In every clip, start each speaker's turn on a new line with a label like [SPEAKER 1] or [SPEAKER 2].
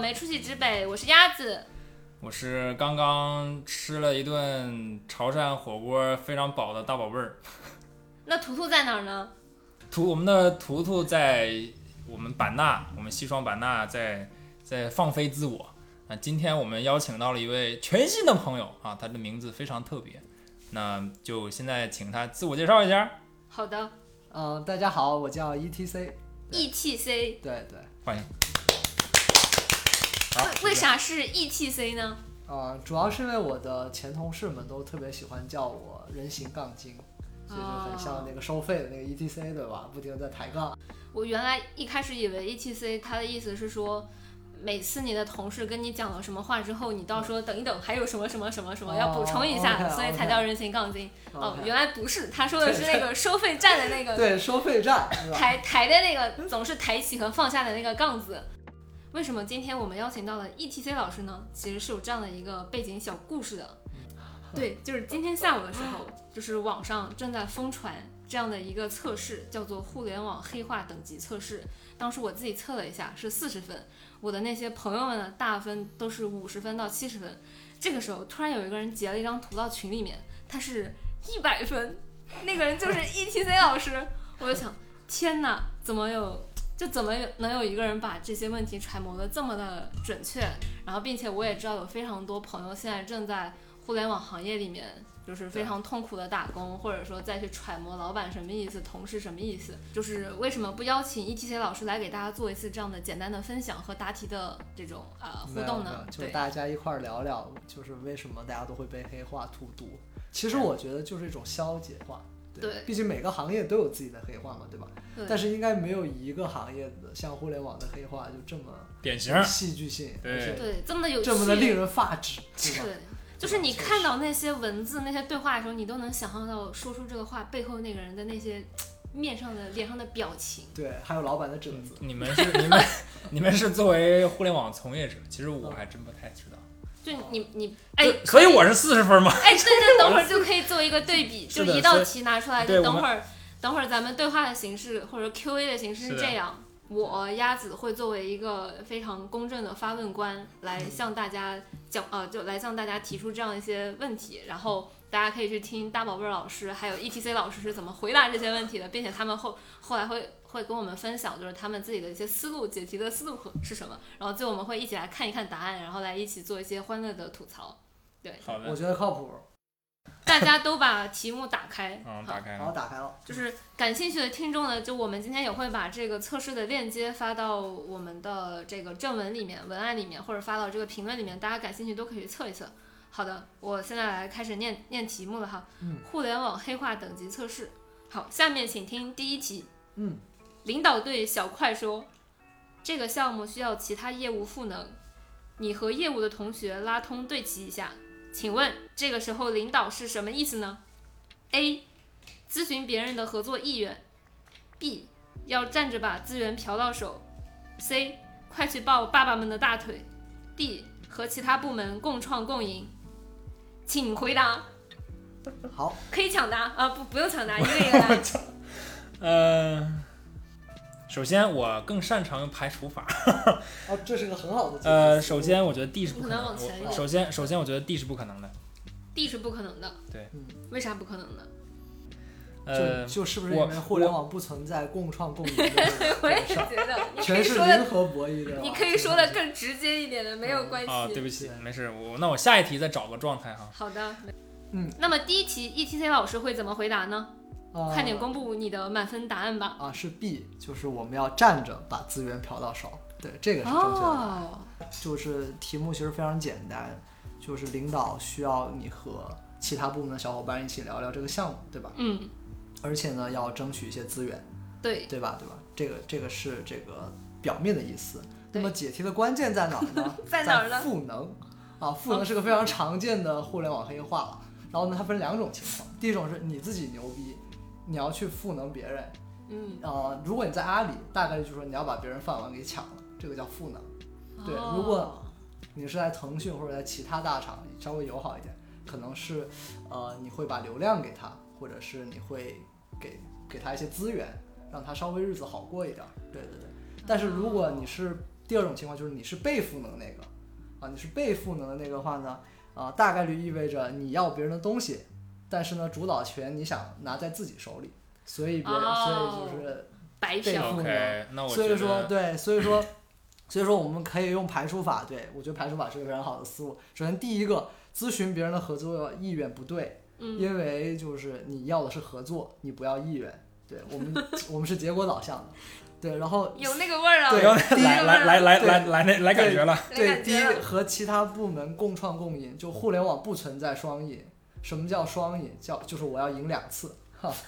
[SPEAKER 1] 没出息之辈，我是鸭子。
[SPEAKER 2] 我是刚刚吃了一顿潮汕火锅，非常饱的大宝贝儿。
[SPEAKER 1] 那图图在哪儿呢？
[SPEAKER 2] 图我们的图图在我们版纳，我们西双版纳在在放飞自我。那今天我们邀请到了一位全新的朋友啊，他的名字非常特别。那就现在请他自我介绍一下。
[SPEAKER 1] 好的，E
[SPEAKER 3] 嗯，大家好，我叫 ETC，
[SPEAKER 1] ，ETC。
[SPEAKER 3] 对对，
[SPEAKER 2] 欢迎。好
[SPEAKER 1] 为为？啥是 ETC 呢？
[SPEAKER 3] 嗯，主要是因为我的前同事们都特别喜欢叫我人形杠精，所以就很像那个收费的那个 ETC 对吧？不停地在抬杠。
[SPEAKER 1] 我原来一开始以为 ETC 它的意思是说，每次你的同事跟你讲了什么话之后，你到时候等一等，还有什么什么什么什么要补充一下，
[SPEAKER 3] 哦，OK，
[SPEAKER 1] 所以
[SPEAKER 3] OK
[SPEAKER 1] 才叫人形杠精。哦
[SPEAKER 3] OK
[SPEAKER 1] 原来不是，他说的是那个收费站的那 个
[SPEAKER 3] 对收费站是吧？
[SPEAKER 1] 抬抬的那个总是抬起和放下的那个杠子。为什么今天我们邀请到了 ETC 老师呢？其实是有这样的一个背景小故事的。对，就是今天下午的时候，就是网上正在疯传这样的一个测试，叫做互联网黑化等级测试。当时我自己测了一下，是四十分，我的那些朋友们呢，大分都是五十分到七十分。这个时候，突然有一个人截了一张图到群里面，他是一百分，那个人就是 ETC 老师。我就想，天哪，怎么有就怎么有能有一个人把这些问题揣摩的这么的准确？然后，并且我也知道有非常多朋友现在正在互联网行业里面，就是非常痛苦的打工，或者说再去揣摩老板什么意思，同事什么意思。就是为什么不邀请 ETC 老师来给大家做一次这样的简单的分享和答题的这种呃互
[SPEAKER 3] 没有
[SPEAKER 1] 动
[SPEAKER 3] 没
[SPEAKER 1] 呢
[SPEAKER 3] 有？就
[SPEAKER 1] 对
[SPEAKER 3] 是，大家一块儿聊聊，就是为什么大家都会被黑化荼毒。其实我觉得就是一种消解化，
[SPEAKER 1] 对
[SPEAKER 3] 毕竟每个行业都有自己的黑化嘛，对吧？
[SPEAKER 1] 对
[SPEAKER 3] 但是应该没有一个行业的像互联网的黑化就这么
[SPEAKER 2] 典型。
[SPEAKER 3] 戏剧性，
[SPEAKER 2] 嗯对
[SPEAKER 3] 而且
[SPEAKER 1] 对，这么的有
[SPEAKER 3] 这么的
[SPEAKER 1] 趣
[SPEAKER 3] 令人发指，对吧？
[SPEAKER 1] 对，就是你
[SPEAKER 3] 确
[SPEAKER 1] 看到那些文字、那些对话的时候，你都能想象到说出这个话背后那个人的那些面上的、脸上的表情。
[SPEAKER 3] 对，还有老板的褶子。
[SPEAKER 2] 你们是你们你们是作为互联网从业者，其实我还真不太知道。
[SPEAKER 1] 就你你哎，
[SPEAKER 2] 所以我是四十分嘛。
[SPEAKER 1] 哎，对对，等会儿就可以做一个对比，
[SPEAKER 2] 是
[SPEAKER 1] 就
[SPEAKER 2] 的
[SPEAKER 1] 一道题拿出来，
[SPEAKER 2] 对
[SPEAKER 1] 就等
[SPEAKER 2] 我
[SPEAKER 1] 会
[SPEAKER 2] 们
[SPEAKER 1] 儿等会儿咱们对话的形式或者 Q A 的形式
[SPEAKER 2] 是
[SPEAKER 1] 是
[SPEAKER 2] 的
[SPEAKER 1] 这样。我鸭子会作为一个非常公正的发问官来
[SPEAKER 2] 嗯
[SPEAKER 1] 向大家讲，呃，就来向大家提出这样一些问题，然后大家可以去听大宝贝儿老师还有 E T C 老师是怎么回答这些问题的，并且他们后后来会会跟我们分享，就是他们自己的一些思路，解题的思路和是什么，然后最后我们会一起来看一看答案，然后来一起做一些欢乐的吐槽。对，
[SPEAKER 2] 好
[SPEAKER 3] 我
[SPEAKER 2] 的，，
[SPEAKER 3] 觉得靠谱。
[SPEAKER 1] 大家都把题目打开
[SPEAKER 2] 嗯，打开
[SPEAKER 3] 然后打开了，
[SPEAKER 1] 就是感兴趣的听众呢，就我们今天也会把这个测试的链接发到我们的这个正文里面、文案里面，或者发到这个评论里面，大家感兴趣都可以去测一测。好的，我现在来开始念念题目了哈。
[SPEAKER 3] 嗯
[SPEAKER 1] 互联网黑化等级测试。好，下面请听第一题。
[SPEAKER 3] 嗯，
[SPEAKER 1] 领导对小快说：“这个项目需要其他业务赋能，你和业务的同学拉通对齐一下。请问这个时候领导是什么意思呢？A. 咨询别人的合作意愿；B. 要站着把资源嫖到手；C. 快去抱爸爸们的大腿；D. 和其他部门共创共赢。请回答，
[SPEAKER 3] 好，
[SPEAKER 1] 可以抢答啊、不不用抢答，一个一个 来。
[SPEAKER 2] 呃，首先我更擅长用排除法。
[SPEAKER 3] 哦，这是个很好的解决
[SPEAKER 2] 呃，
[SPEAKER 3] 思路
[SPEAKER 2] 首，先我觉得 D 是不可
[SPEAKER 1] 不可能
[SPEAKER 2] 能
[SPEAKER 1] 往前
[SPEAKER 2] 的。我
[SPEAKER 3] 用
[SPEAKER 2] 首先首先我觉得 D 是不可能的。
[SPEAKER 1] D 是不可能的，嗯
[SPEAKER 2] 对，
[SPEAKER 3] 嗯
[SPEAKER 1] 为啥不可能呢？
[SPEAKER 2] 呃
[SPEAKER 3] 就，就是不是
[SPEAKER 2] 我
[SPEAKER 3] 因为互联网不存在共创共赢的
[SPEAKER 1] 我也
[SPEAKER 3] 这
[SPEAKER 1] 是
[SPEAKER 3] 事儿，
[SPEAKER 1] 觉 得， 你可
[SPEAKER 3] 全
[SPEAKER 1] 以
[SPEAKER 3] 是
[SPEAKER 1] 说的，
[SPEAKER 3] 零和博弈的。啊
[SPEAKER 1] 你可以说的更直接一点的，没有关系。
[SPEAKER 2] 啊，对不起
[SPEAKER 3] 对，
[SPEAKER 2] 没事，我那我下一题再找个状态哈。
[SPEAKER 1] 好的，
[SPEAKER 3] 嗯，
[SPEAKER 1] 那么第一题 ETC 老师会怎么回答呢？
[SPEAKER 3] 呃
[SPEAKER 1] 快点公布你的满分答案吧。
[SPEAKER 3] 啊，是 B，就是我们要站着把资源嫖到手。对，这个是正确的。
[SPEAKER 1] 哦，
[SPEAKER 3] 就是题目其实非常简单，就是领导需要你和其他部门的小伙伴一起聊聊这个项目，对吧？
[SPEAKER 1] 嗯，
[SPEAKER 3] 而且呢，要争取一些资源，
[SPEAKER 1] 对，
[SPEAKER 3] 对吧？对吧？这个这个是这个表面的意思。那
[SPEAKER 1] 对
[SPEAKER 3] 么解题的关键在哪儿呢
[SPEAKER 1] ？在哪儿呢哦
[SPEAKER 3] 赋能啊，赋能是个非常常见的互联网黑话啊。然后呢，它分两种情况，第一种是你自己牛逼，你要去赋能别人。
[SPEAKER 1] 嗯，
[SPEAKER 3] 呃，如果你在阿里，大概率就是说你要把别人饭碗给抢了，这个叫赋能。对
[SPEAKER 1] 哦
[SPEAKER 3] 如果你是在腾讯或者在其他大厂稍微友好一点，可能是呃你会把流量给他，或者是你会给
[SPEAKER 1] 哦
[SPEAKER 3] 给他一些资源，让他稍微日子好过一点儿。对对对。但是如果你是第二种情况就是你是被赋能那个，啊，你是被赋能的那个的话呢，啊，大概率意味着你要别人的东西，但是呢，主导权你想拿在自己手里，所以别人、
[SPEAKER 1] 哦
[SPEAKER 3] 所以就是
[SPEAKER 1] 白
[SPEAKER 3] 被
[SPEAKER 1] 嫖
[SPEAKER 3] 赋。
[SPEAKER 2] OK，那我
[SPEAKER 3] 所
[SPEAKER 2] 觉
[SPEAKER 3] 以说，
[SPEAKER 2] 得
[SPEAKER 3] 对，所以说，所以说我们可以用排除法。对我觉得排除法是个非常好的思路。首先，第一个，咨询别人的合作意愿不对，
[SPEAKER 1] 嗯
[SPEAKER 3] 因为就是你要的是合作，你不要意愿。对 我们，我们是结果导向的。对，然后
[SPEAKER 1] 有那个味儿啊！
[SPEAKER 3] 对
[SPEAKER 2] 然后
[SPEAKER 1] 有那
[SPEAKER 2] 来
[SPEAKER 1] 个
[SPEAKER 2] 来
[SPEAKER 1] 味儿
[SPEAKER 2] 来
[SPEAKER 1] 啊
[SPEAKER 2] 来
[SPEAKER 3] 对
[SPEAKER 2] 来来来来感觉了，
[SPEAKER 1] 有
[SPEAKER 3] 对，
[SPEAKER 1] 感
[SPEAKER 3] 第一
[SPEAKER 1] 觉了
[SPEAKER 3] 和其他部门共创共赢，就互联网不存在双赢。什么叫双赢？叫就是我要赢两次。哈，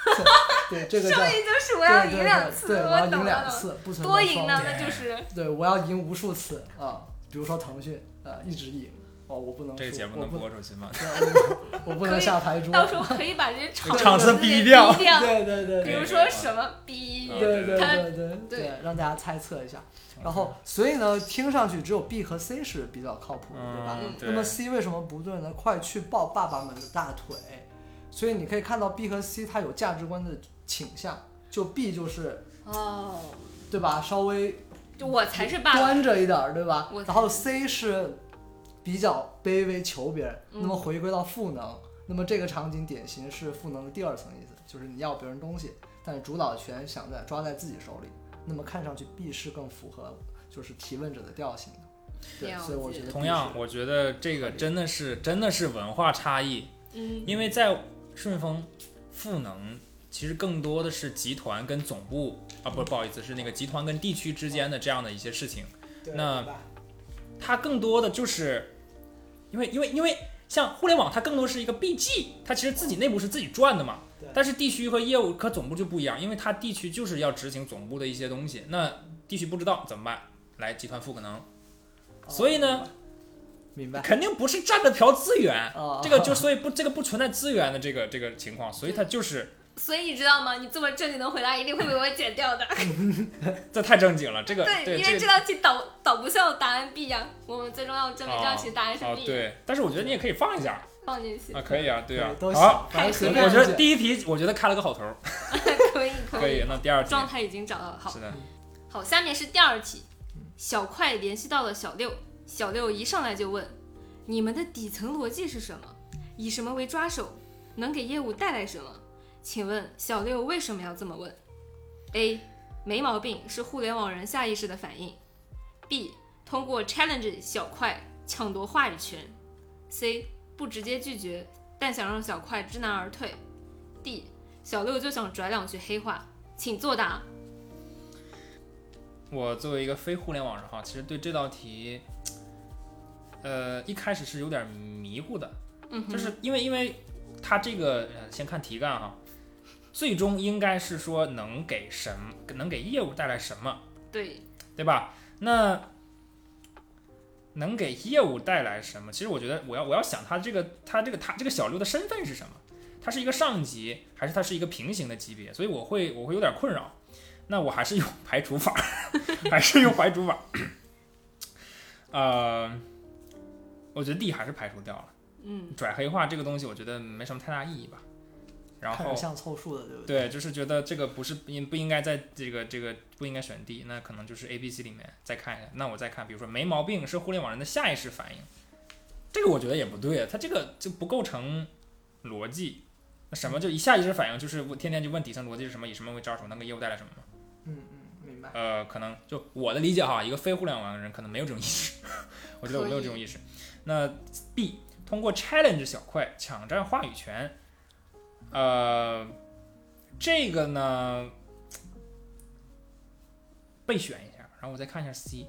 [SPEAKER 3] 对，这个叫
[SPEAKER 1] 上
[SPEAKER 3] 对
[SPEAKER 1] 面就是我要
[SPEAKER 3] 对
[SPEAKER 1] 赢
[SPEAKER 3] 对
[SPEAKER 1] 两次，
[SPEAKER 3] 对，我要
[SPEAKER 1] 我懂
[SPEAKER 3] 赢两
[SPEAKER 1] 了，
[SPEAKER 3] 次，不存在
[SPEAKER 1] 多
[SPEAKER 3] 双
[SPEAKER 1] 赢
[SPEAKER 3] 赢。
[SPEAKER 1] 呢，那就是
[SPEAKER 3] 对，我要赢无数次啊、比如说腾讯啊、一直赢，哦，我不能
[SPEAKER 2] 这个
[SPEAKER 3] 输
[SPEAKER 2] 节目
[SPEAKER 3] 我
[SPEAKER 2] 能
[SPEAKER 3] 不
[SPEAKER 2] 播出去吗？
[SPEAKER 3] 能， 我不能下台桌。
[SPEAKER 1] 到时候可以把这些场
[SPEAKER 2] 场
[SPEAKER 1] 子
[SPEAKER 2] 子
[SPEAKER 1] 逼
[SPEAKER 2] 逼掉
[SPEAKER 3] 对对对
[SPEAKER 1] 比
[SPEAKER 3] 对
[SPEAKER 1] 如说什么逼，
[SPEAKER 2] 嗯
[SPEAKER 3] 对对
[SPEAKER 1] 他
[SPEAKER 3] 对对
[SPEAKER 1] 对，
[SPEAKER 3] 让大家猜测一下。然后，所以呢，听上去只有 B 和 C 是比较靠谱的，对吧？
[SPEAKER 2] 嗯
[SPEAKER 3] 那么
[SPEAKER 2] 对
[SPEAKER 3] C 为什么不对呢？快去抱爸爸们的大腿。所以你可以看到 B 和 C 它有价值观的倾向，就 B 就是
[SPEAKER 1] 哦，
[SPEAKER 3] 对吧，稍微
[SPEAKER 1] 就我才是爸爸，
[SPEAKER 3] 端着一点儿，对吧
[SPEAKER 1] 我？
[SPEAKER 3] 然后 C 是比较卑微求别人，
[SPEAKER 1] 嗯
[SPEAKER 3] 那么回归到赋能，那么这个场景典型是赋能的第二层意思，就是你要别人东西，但是主导权想在抓在自己手里，那么看上去 B 是更符合就是提问者的调性的，对，
[SPEAKER 1] 了解
[SPEAKER 3] 所以我觉得 B
[SPEAKER 2] 同样，
[SPEAKER 3] 是
[SPEAKER 2] 我觉得这个真的是真的是文化差异，
[SPEAKER 1] 嗯，
[SPEAKER 2] 因为在顺丰赋能。其实更多的是集团跟总部啊，不不好意思，是那个集团跟地区之间的这样的一些事情。
[SPEAKER 3] 对
[SPEAKER 2] 那
[SPEAKER 3] 明白
[SPEAKER 2] 它更多的就是，因为因为因为像互联网，它更多是一个 BG，它其实自己内部是自己赚的嘛
[SPEAKER 3] 对。
[SPEAKER 2] 但是地区和业务和总部就不一样，因为它地区就是要执行总部的一些东西，那
[SPEAKER 3] 嗯
[SPEAKER 2] 地区不知道怎么办？来集团赋可
[SPEAKER 3] 哦
[SPEAKER 2] 能，所以呢，
[SPEAKER 3] 明白，
[SPEAKER 2] 肯定不是占着嫖资源，
[SPEAKER 3] 哦
[SPEAKER 2] 这个就所以不这个不存在资源的这个这个情况，所以它就是
[SPEAKER 1] 所以你知道吗？你这么正经的回答一定会被我剪掉的，
[SPEAKER 2] 这太正经了，这个
[SPEAKER 1] 对，因为
[SPEAKER 2] 这个
[SPEAKER 1] 这道题导导不向答案 B 呀，我们最终要证明这道
[SPEAKER 3] 哦
[SPEAKER 1] 题答案是
[SPEAKER 2] 啊
[SPEAKER 1] B，
[SPEAKER 2] 对，但是我觉得你也可以放一下
[SPEAKER 1] 放进去
[SPEAKER 2] 啊，可以啊，对啊，
[SPEAKER 3] 都
[SPEAKER 2] 好，
[SPEAKER 3] 行，反正随
[SPEAKER 1] 还
[SPEAKER 3] 便
[SPEAKER 2] 我觉得
[SPEAKER 3] 理解
[SPEAKER 2] 第一题我觉得开了个好头儿，
[SPEAKER 1] 可以
[SPEAKER 2] 可以，，那第二题
[SPEAKER 1] 状态已经找到了，好
[SPEAKER 2] 是的，
[SPEAKER 1] 好，下面是第二题，小快联系到了小六，小六一上来就问：“你们的底层逻辑是什么？以什么为抓手？能给业务带来什么？”请问小六为什么要这么问？A. 没毛病，是互联网人下意识的反应。B. 通过 challenge 小快抢夺话语权。C. 不直接拒绝，但想让小快知难而退。D. 小六就想拽两句黑话，请作答。
[SPEAKER 2] 我作为一个非互联网人哈，其实对这道题，呃，一开始是有点迷糊的，
[SPEAKER 1] 嗯哼，
[SPEAKER 2] 就是因为因为它这个呃，先看题干哈，最终应该是说能给什么，能给业务带来什么，
[SPEAKER 1] 对，
[SPEAKER 2] 对吧？那能给业务带来什么？其实我觉得我要我要想他这个他这个他这个小六的身份是什么？他是一个上级还是他是一个平行的级别？所以我会我会有点困扰。那我还是用 排除法， 还是用排除法。呃，我觉得 D 还是排除掉了。
[SPEAKER 1] 嗯，
[SPEAKER 2] 拽黑化这个东西，我觉得没什么太大意义吧。然
[SPEAKER 3] 看
[SPEAKER 2] 后
[SPEAKER 3] 着像凑数的，对不对？
[SPEAKER 2] 对，就是觉得这个不是应不应该在这个这个不应该选 D，那可能就是 A、B、C 里面再看一下。那我再看，比如说没毛病是互联网人的下意识反应，这个我觉得也不对，啊它这个就不构成逻辑。那什么就一下意识反应，就是我天天就问底层逻辑是什么，以什么为抓手，能给业务带来什么吗？
[SPEAKER 3] 嗯嗯，明白。
[SPEAKER 2] 呃，可能就我的理解哈，一个非互联网的人可能没有这种意识， 我觉得我没有这种意识。那 B 通过 challenge 小快抢占话语权，呃，这个呢备选一下，然后我再看一下 C，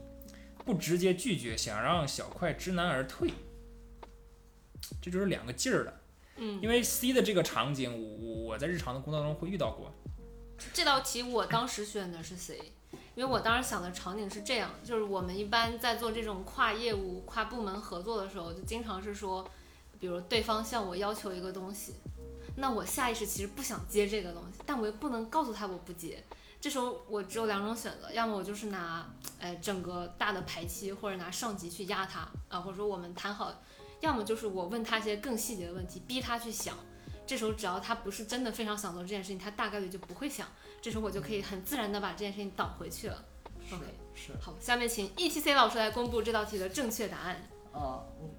[SPEAKER 2] 不直接拒绝，想让小快知难而退，这就是两个劲儿了。
[SPEAKER 1] 嗯，
[SPEAKER 2] 因为 C 的这个场景，我我我在日常的工作中会遇到过，
[SPEAKER 1] 这道题我当时选的是 C，因为我当时想的场景是这样，就是我们一般在做这种跨业务、跨部门合作的时候，就经常是说，比如对方向我要求一个东西，那我下意识其实不想接这个东西，但我又不能告诉他我不接。这时候我只有两种选择，要么我就是拿，呃，整个大的排期或者拿上级去压他啊，或者说我们谈好，要么就是我问他一些更细节的问题，逼他去想。这时候只要他不是真的非常想做这件事情，他大概率就不会想。这时候我就可以很自然的把这件事情倒回去了。
[SPEAKER 3] 是
[SPEAKER 1] OK
[SPEAKER 3] 是
[SPEAKER 1] 好，下面请 E T C 老师来公布这道题的正确答案。
[SPEAKER 3] 啊，我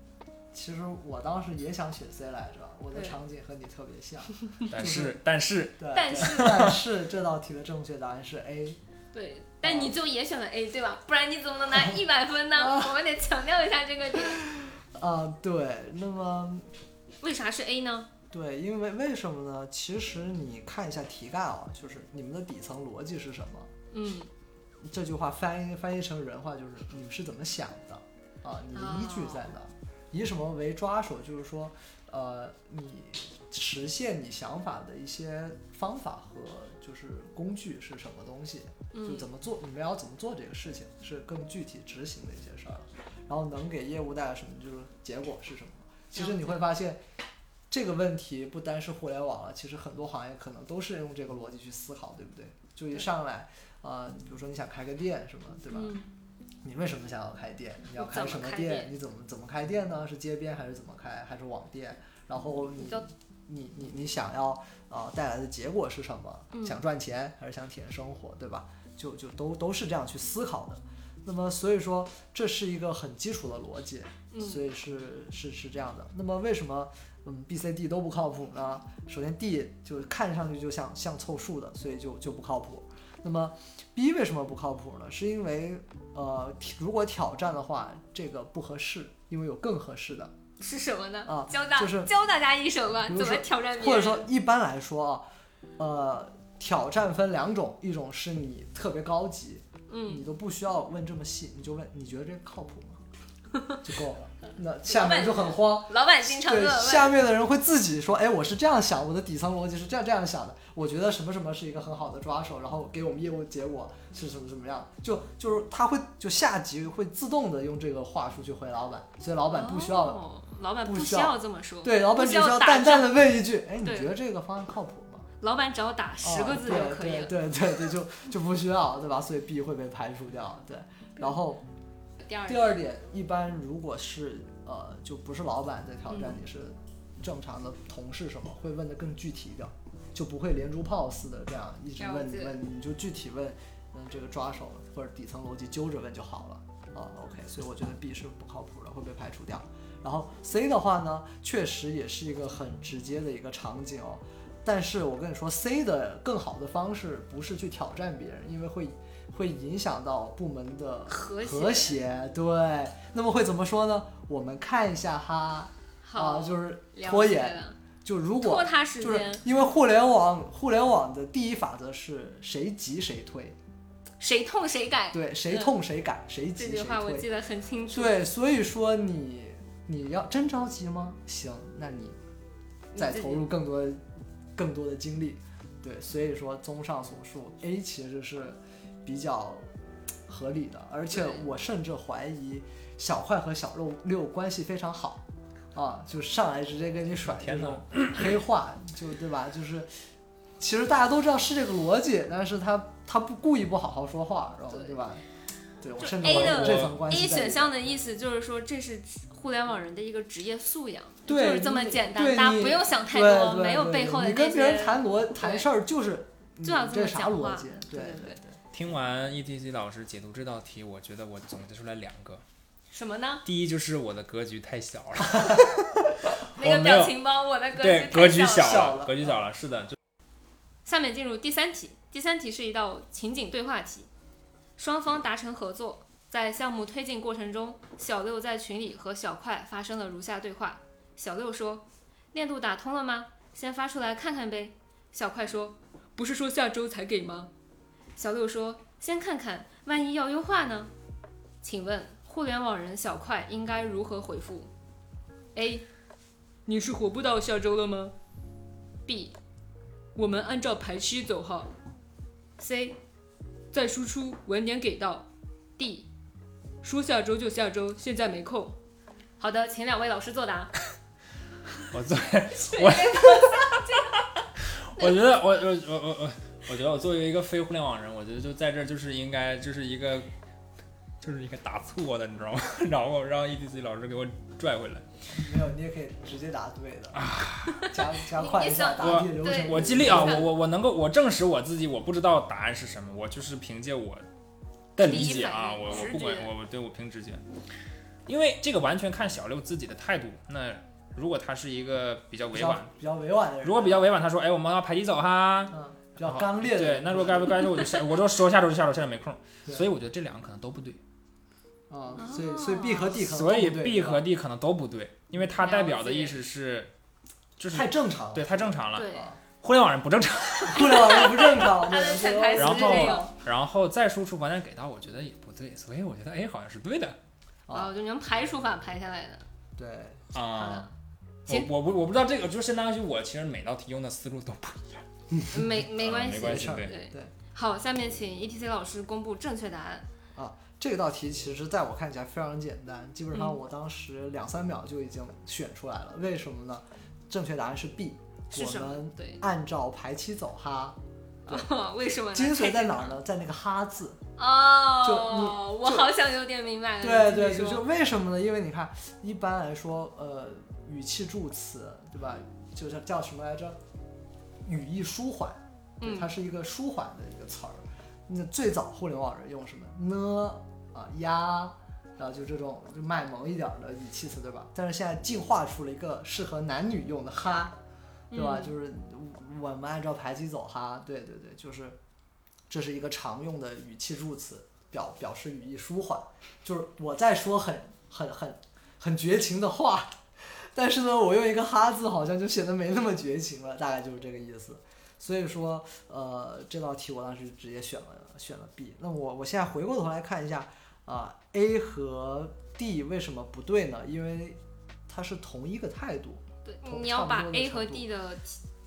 [SPEAKER 3] 其实我当时也想选 C 来着，我的
[SPEAKER 1] 对
[SPEAKER 3] 场景和你特别 像。
[SPEAKER 2] 但是但是
[SPEAKER 3] 对，
[SPEAKER 1] 但
[SPEAKER 3] 对
[SPEAKER 1] 是
[SPEAKER 3] 但是这道题的正确答案是 A。
[SPEAKER 1] 对，但你就也选了 A 对吧？不然你怎么能 拿一百分呢？我们得强调一下这个点。
[SPEAKER 3] 啊，对，那么
[SPEAKER 1] 为啥是 A 呢？
[SPEAKER 3] 对，因为为什么呢？其实你看一下题干啊，就是你们的底层逻辑是什么？
[SPEAKER 1] 嗯，
[SPEAKER 3] 这句话翻译翻译成人话就是你是怎么想的啊？你的依据在哪？以什么为抓手？就是说，呃，你实现你想法的一些方法和就是工具是什么东西？就
[SPEAKER 1] 嗯
[SPEAKER 3] 怎么做，你们要怎么做这个事情是更具体执行的一些事儿，然后能给业务带来什么，就是结果是什么。其实你会发现，这个问题不单是互联网了，其实很多行业可能都是用这个逻辑去思考，对不对？就一上来，呃，比如说你想开个店什么，对吧？
[SPEAKER 1] 嗯，
[SPEAKER 3] 你为什么想要开店？你要
[SPEAKER 1] 怎
[SPEAKER 3] 开
[SPEAKER 1] 么
[SPEAKER 3] 什么
[SPEAKER 1] 开
[SPEAKER 3] 店？
[SPEAKER 1] 店
[SPEAKER 3] 你怎么怎么开店呢？是街边还是怎么开？还是网店？然后你
[SPEAKER 1] 比较
[SPEAKER 3] 你你你想要啊、呃带来的结果是什么？
[SPEAKER 1] 嗯
[SPEAKER 3] 想赚钱还是想体验生活，对吧？就就都都是这样去思考的。那么所以说这是一个很基础的逻辑，
[SPEAKER 1] 嗯
[SPEAKER 3] 所以是是是这样的。那么为什么嗯 B、C、D 都不靠谱呢？首先 D 就是看上去就像像凑数的，所以就就不靠谱。那么 B 为什么不靠谱呢？是因为呃，如果挑战的话，这个不合适，因为有更合适的。
[SPEAKER 1] 是什么呢？
[SPEAKER 3] 啊
[SPEAKER 1] 教大、
[SPEAKER 3] 就是
[SPEAKER 1] 教大家一手吧，
[SPEAKER 3] 比
[SPEAKER 1] 怎
[SPEAKER 3] 如
[SPEAKER 1] 么
[SPEAKER 3] 说
[SPEAKER 1] 挑战别人？
[SPEAKER 3] 或者说，一般来说啊，呃，挑战分两种，一种是你特别高级，
[SPEAKER 1] 嗯，
[SPEAKER 3] 你都不需要问这么细，你就问你觉得这个靠谱吗？ 就够了。那下面就很慌，
[SPEAKER 1] 老板经常
[SPEAKER 3] 对
[SPEAKER 1] 问问，
[SPEAKER 3] 下面的人会自己说，哎，我是这样想，我的底层逻辑是这样这样想的，我觉得什么什么是一个很好的抓手，然后给我们业务结果是什么什么样，就就是他会就下级会自动的用这个话术去回老板，所以老板不需要
[SPEAKER 1] 哦，老板
[SPEAKER 3] 不
[SPEAKER 1] 不
[SPEAKER 3] 需
[SPEAKER 1] 需
[SPEAKER 3] 要
[SPEAKER 1] 要这么说，
[SPEAKER 3] 对，老板
[SPEAKER 1] 不
[SPEAKER 3] 只
[SPEAKER 1] 需要
[SPEAKER 3] 需要
[SPEAKER 1] 打
[SPEAKER 3] 淡淡
[SPEAKER 1] 仗
[SPEAKER 3] 的问一句，哎，你
[SPEAKER 1] 对
[SPEAKER 3] 觉得这个方案靠谱吗？
[SPEAKER 1] 老板只要打十个字就
[SPEAKER 3] 哦
[SPEAKER 1] 可以了。
[SPEAKER 3] 对对对对，就就不需要，对吧？所以 B 会被排除掉。对，然后
[SPEAKER 1] 第二
[SPEAKER 3] 第
[SPEAKER 1] 点，
[SPEAKER 3] 二点，一般如果是呃，就不是老板在挑战你，是正常的同事什么，会问的更具体一点，就不会连珠炮似的这样一直问你
[SPEAKER 1] 了解
[SPEAKER 3] 问你，你就具体问，嗯，这个抓手或者底层逻辑揪着问就好了。啊、o k 所以我觉得 B 是不靠谱的，会被排除掉。然后 C 的话呢，确实也是一个很直接的一个场景哦。但是我跟你说，C 的更好的方式不是去挑战别人，因为会会影响到部门的
[SPEAKER 1] 和谐
[SPEAKER 3] 和谐。对，那么会怎么说呢？我们看一下哈，
[SPEAKER 1] 好，
[SPEAKER 3] 啊，就是
[SPEAKER 1] 了
[SPEAKER 3] 拖
[SPEAKER 1] 解
[SPEAKER 3] 延。
[SPEAKER 1] 了
[SPEAKER 3] 就如
[SPEAKER 1] 拖
[SPEAKER 3] 果
[SPEAKER 1] 沓时
[SPEAKER 3] 就是
[SPEAKER 1] 间，
[SPEAKER 3] 因为互联网，互联网的第一法则是谁急谁推，
[SPEAKER 1] 谁痛谁改。
[SPEAKER 3] 对，谁
[SPEAKER 1] 嗯
[SPEAKER 3] 痛谁改，谁
[SPEAKER 1] 这
[SPEAKER 3] 急
[SPEAKER 1] 句
[SPEAKER 3] 谁
[SPEAKER 1] 话我
[SPEAKER 3] 推。
[SPEAKER 1] 记得很清楚。
[SPEAKER 3] 对，所以说你你要真着急吗？行，那你
[SPEAKER 1] 你
[SPEAKER 3] 再
[SPEAKER 1] 自己
[SPEAKER 3] 投入更多更多的精力。对，所以说综上所述，A 其实是比较合理的，而且
[SPEAKER 1] 对
[SPEAKER 3] 我甚至怀疑小坏和小肉六关系非常好。啊，就上来直接给你甩这
[SPEAKER 2] 天
[SPEAKER 3] 种
[SPEAKER 2] 哪，
[SPEAKER 3] 黑话，就对吧？就是，其实大家都知道是这个逻辑，但是他他不故意不好好说话，然后
[SPEAKER 1] 对
[SPEAKER 3] 对吧？对我
[SPEAKER 1] 就
[SPEAKER 3] 甚至
[SPEAKER 1] A
[SPEAKER 3] 怀疑
[SPEAKER 1] 的
[SPEAKER 3] 这层关系
[SPEAKER 1] A
[SPEAKER 3] 在里
[SPEAKER 1] 选
[SPEAKER 3] 面
[SPEAKER 1] 项的意思就是说，这是互联网人的一个职业素养，
[SPEAKER 3] 对
[SPEAKER 1] 就是这么
[SPEAKER 3] 你
[SPEAKER 1] 简单，
[SPEAKER 3] 对
[SPEAKER 1] 大家
[SPEAKER 3] 你
[SPEAKER 1] 不用想太
[SPEAKER 3] 对
[SPEAKER 1] 多，
[SPEAKER 3] 对
[SPEAKER 1] 没有
[SPEAKER 3] 对
[SPEAKER 1] 背后的
[SPEAKER 3] 你
[SPEAKER 1] 那
[SPEAKER 3] 跟别人
[SPEAKER 1] 些。
[SPEAKER 3] 谈逻谈事儿就是
[SPEAKER 1] 就要
[SPEAKER 3] 嗯
[SPEAKER 1] 这
[SPEAKER 3] 这
[SPEAKER 1] 么
[SPEAKER 3] 啥
[SPEAKER 1] 讲
[SPEAKER 3] 逻
[SPEAKER 1] 话
[SPEAKER 3] 辑？
[SPEAKER 1] 对
[SPEAKER 3] 对
[SPEAKER 1] 对
[SPEAKER 2] 听完 E T C 老师解读这道题，我觉得我总结出来两个，
[SPEAKER 1] 什么呢？
[SPEAKER 2] 第一就是我的格局太小了。
[SPEAKER 1] 那个
[SPEAKER 2] 没
[SPEAKER 1] 表
[SPEAKER 2] 有
[SPEAKER 1] 情包，我的格
[SPEAKER 2] 对，格
[SPEAKER 1] 局
[SPEAKER 2] 局
[SPEAKER 1] 太小了。
[SPEAKER 3] 小了
[SPEAKER 2] 了，格局小了，是的，就
[SPEAKER 1] 下面进入第三题，第三题是一道情景对话题，双方达成合作，在项目推进过程中，小六在群里和小快发生了如下对话：小六说：“链路打通了吗？先发出来看看呗。”小快说：“不是说下周才给吗？”小六说：“先看看，万一要优化呢？”请问互联网人小快应该如何回复？A：你是活不到下周了吗？B：我们按照排期走哈。C，再输出晚点给到。D，说下周就下周，现在没空。好的，请两位老师作答。
[SPEAKER 2] 我作为我，我觉得我我我我我，我觉得我作为一个非互联网人，我觉得就在这儿就是应该就是一个就是一个打错的，你知道吗？ 然后让 E T C 老师给我拽回来。
[SPEAKER 3] 没有，你也可以直接答对的，加 加快一下
[SPEAKER 1] 你
[SPEAKER 3] 答题流程。
[SPEAKER 1] 对
[SPEAKER 2] 啊我尽力啊，
[SPEAKER 1] 你看
[SPEAKER 2] 我我我能够我证实我自己，我不知道答案是什么，我就是凭借我的
[SPEAKER 1] 第
[SPEAKER 2] 理
[SPEAKER 1] 一
[SPEAKER 2] 解
[SPEAKER 1] 反
[SPEAKER 2] 啊，
[SPEAKER 1] 应
[SPEAKER 2] 我我
[SPEAKER 1] 直
[SPEAKER 2] 不管
[SPEAKER 1] 觉
[SPEAKER 2] 我我对我凭直觉，因为这个完全看小六自己的态度。那如果他是一个比较
[SPEAKER 3] 比
[SPEAKER 2] 委
[SPEAKER 3] 较
[SPEAKER 2] 婉，
[SPEAKER 3] 比较委婉的人，
[SPEAKER 2] 如果比较委婉，他说哎我们要排第走哈，
[SPEAKER 3] 嗯比较刚烈的
[SPEAKER 2] 对，
[SPEAKER 3] 人，
[SPEAKER 2] 那如果该不该说我就下，我说说下周就下周，现在没空。
[SPEAKER 3] 对
[SPEAKER 2] 所以我觉得这两个可能都不对，
[SPEAKER 3] 啊，所以所以 B 和 D 可能
[SPEAKER 2] 所以
[SPEAKER 3] 都不对嗯
[SPEAKER 2] B 和 D 可能都不对，因为它
[SPEAKER 1] 了
[SPEAKER 2] 代表的
[SPEAKER 1] 解
[SPEAKER 2] 意思是，就是
[SPEAKER 3] 太正常了，
[SPEAKER 2] 对太正常了，
[SPEAKER 1] 对，
[SPEAKER 3] 啊，
[SPEAKER 2] 互联网人不正常。
[SPEAKER 3] 互联网人不正 常，
[SPEAKER 1] 他的潜台词
[SPEAKER 2] 然
[SPEAKER 1] 是
[SPEAKER 2] 后
[SPEAKER 1] 这个。
[SPEAKER 2] 然后再输出观点给到，我觉得也不对，所以我觉得 A 好像是对的
[SPEAKER 1] 啊，我就用排除法排下来的。
[SPEAKER 3] 对，
[SPEAKER 1] 好的
[SPEAKER 2] 啊。我
[SPEAKER 1] 行
[SPEAKER 2] 我不我不知道这个，就是相当于我其实每道题用的思路都不一样，
[SPEAKER 1] 没没
[SPEAKER 2] 啊
[SPEAKER 1] 关系，
[SPEAKER 2] 没关
[SPEAKER 3] 嗯系
[SPEAKER 2] 对
[SPEAKER 1] 对
[SPEAKER 3] 对
[SPEAKER 1] 好，下面请 E T C 老师公布正确答案。
[SPEAKER 3] 这道题其实在我看起来非常简单，基本上
[SPEAKER 1] 嗯
[SPEAKER 3] 我当时两三秒就已经选出来了。为什么呢？正确答案是 B，
[SPEAKER 1] 是什
[SPEAKER 3] 我
[SPEAKER 1] 么
[SPEAKER 3] 们？
[SPEAKER 1] 对，
[SPEAKER 3] 按照排期走哈。
[SPEAKER 1] 为什么呢？
[SPEAKER 3] 精
[SPEAKER 1] 太
[SPEAKER 3] 髓在
[SPEAKER 1] 简
[SPEAKER 3] 哪
[SPEAKER 1] 单
[SPEAKER 3] 儿
[SPEAKER 1] 了？
[SPEAKER 3] 呢？在那个哈字。
[SPEAKER 1] 哦，我
[SPEAKER 3] 就
[SPEAKER 1] 好像有点明白了。
[SPEAKER 3] 对
[SPEAKER 1] 你
[SPEAKER 3] 嗯对，
[SPEAKER 1] 继续
[SPEAKER 3] 就
[SPEAKER 1] 说
[SPEAKER 3] 就为什么呢？因为你看，一般来说，呃，语气助词，对吧？就是叫什么来着？语义舒缓，对
[SPEAKER 1] 嗯
[SPEAKER 3] 它是一个舒缓的一个词儿。那最早互联网人用什么呢？啊呀，然后就这种就卖萌一点儿的语气词，对吧？但是现在进化出了一个适合男女用的哈，对吧？
[SPEAKER 1] 嗯
[SPEAKER 3] 就是我我们按照排期走哈，对对对，就是这是一个常用的语气助词，表表示语义舒缓，就是我在说很很很很绝情的话，但是呢，我用一个哈字好像就显得没那么绝情了，大概就是这个意思。所以说，呃，这道题我当时直接选了选了 B。那我我现在回过头来看一下啊、a 和 D 为什么不对呢？因为它是同一个态度。
[SPEAKER 1] 对，
[SPEAKER 3] 同
[SPEAKER 1] 你要把
[SPEAKER 3] 差不多的
[SPEAKER 1] A
[SPEAKER 3] 程
[SPEAKER 1] 和
[SPEAKER 3] 度
[SPEAKER 1] D 的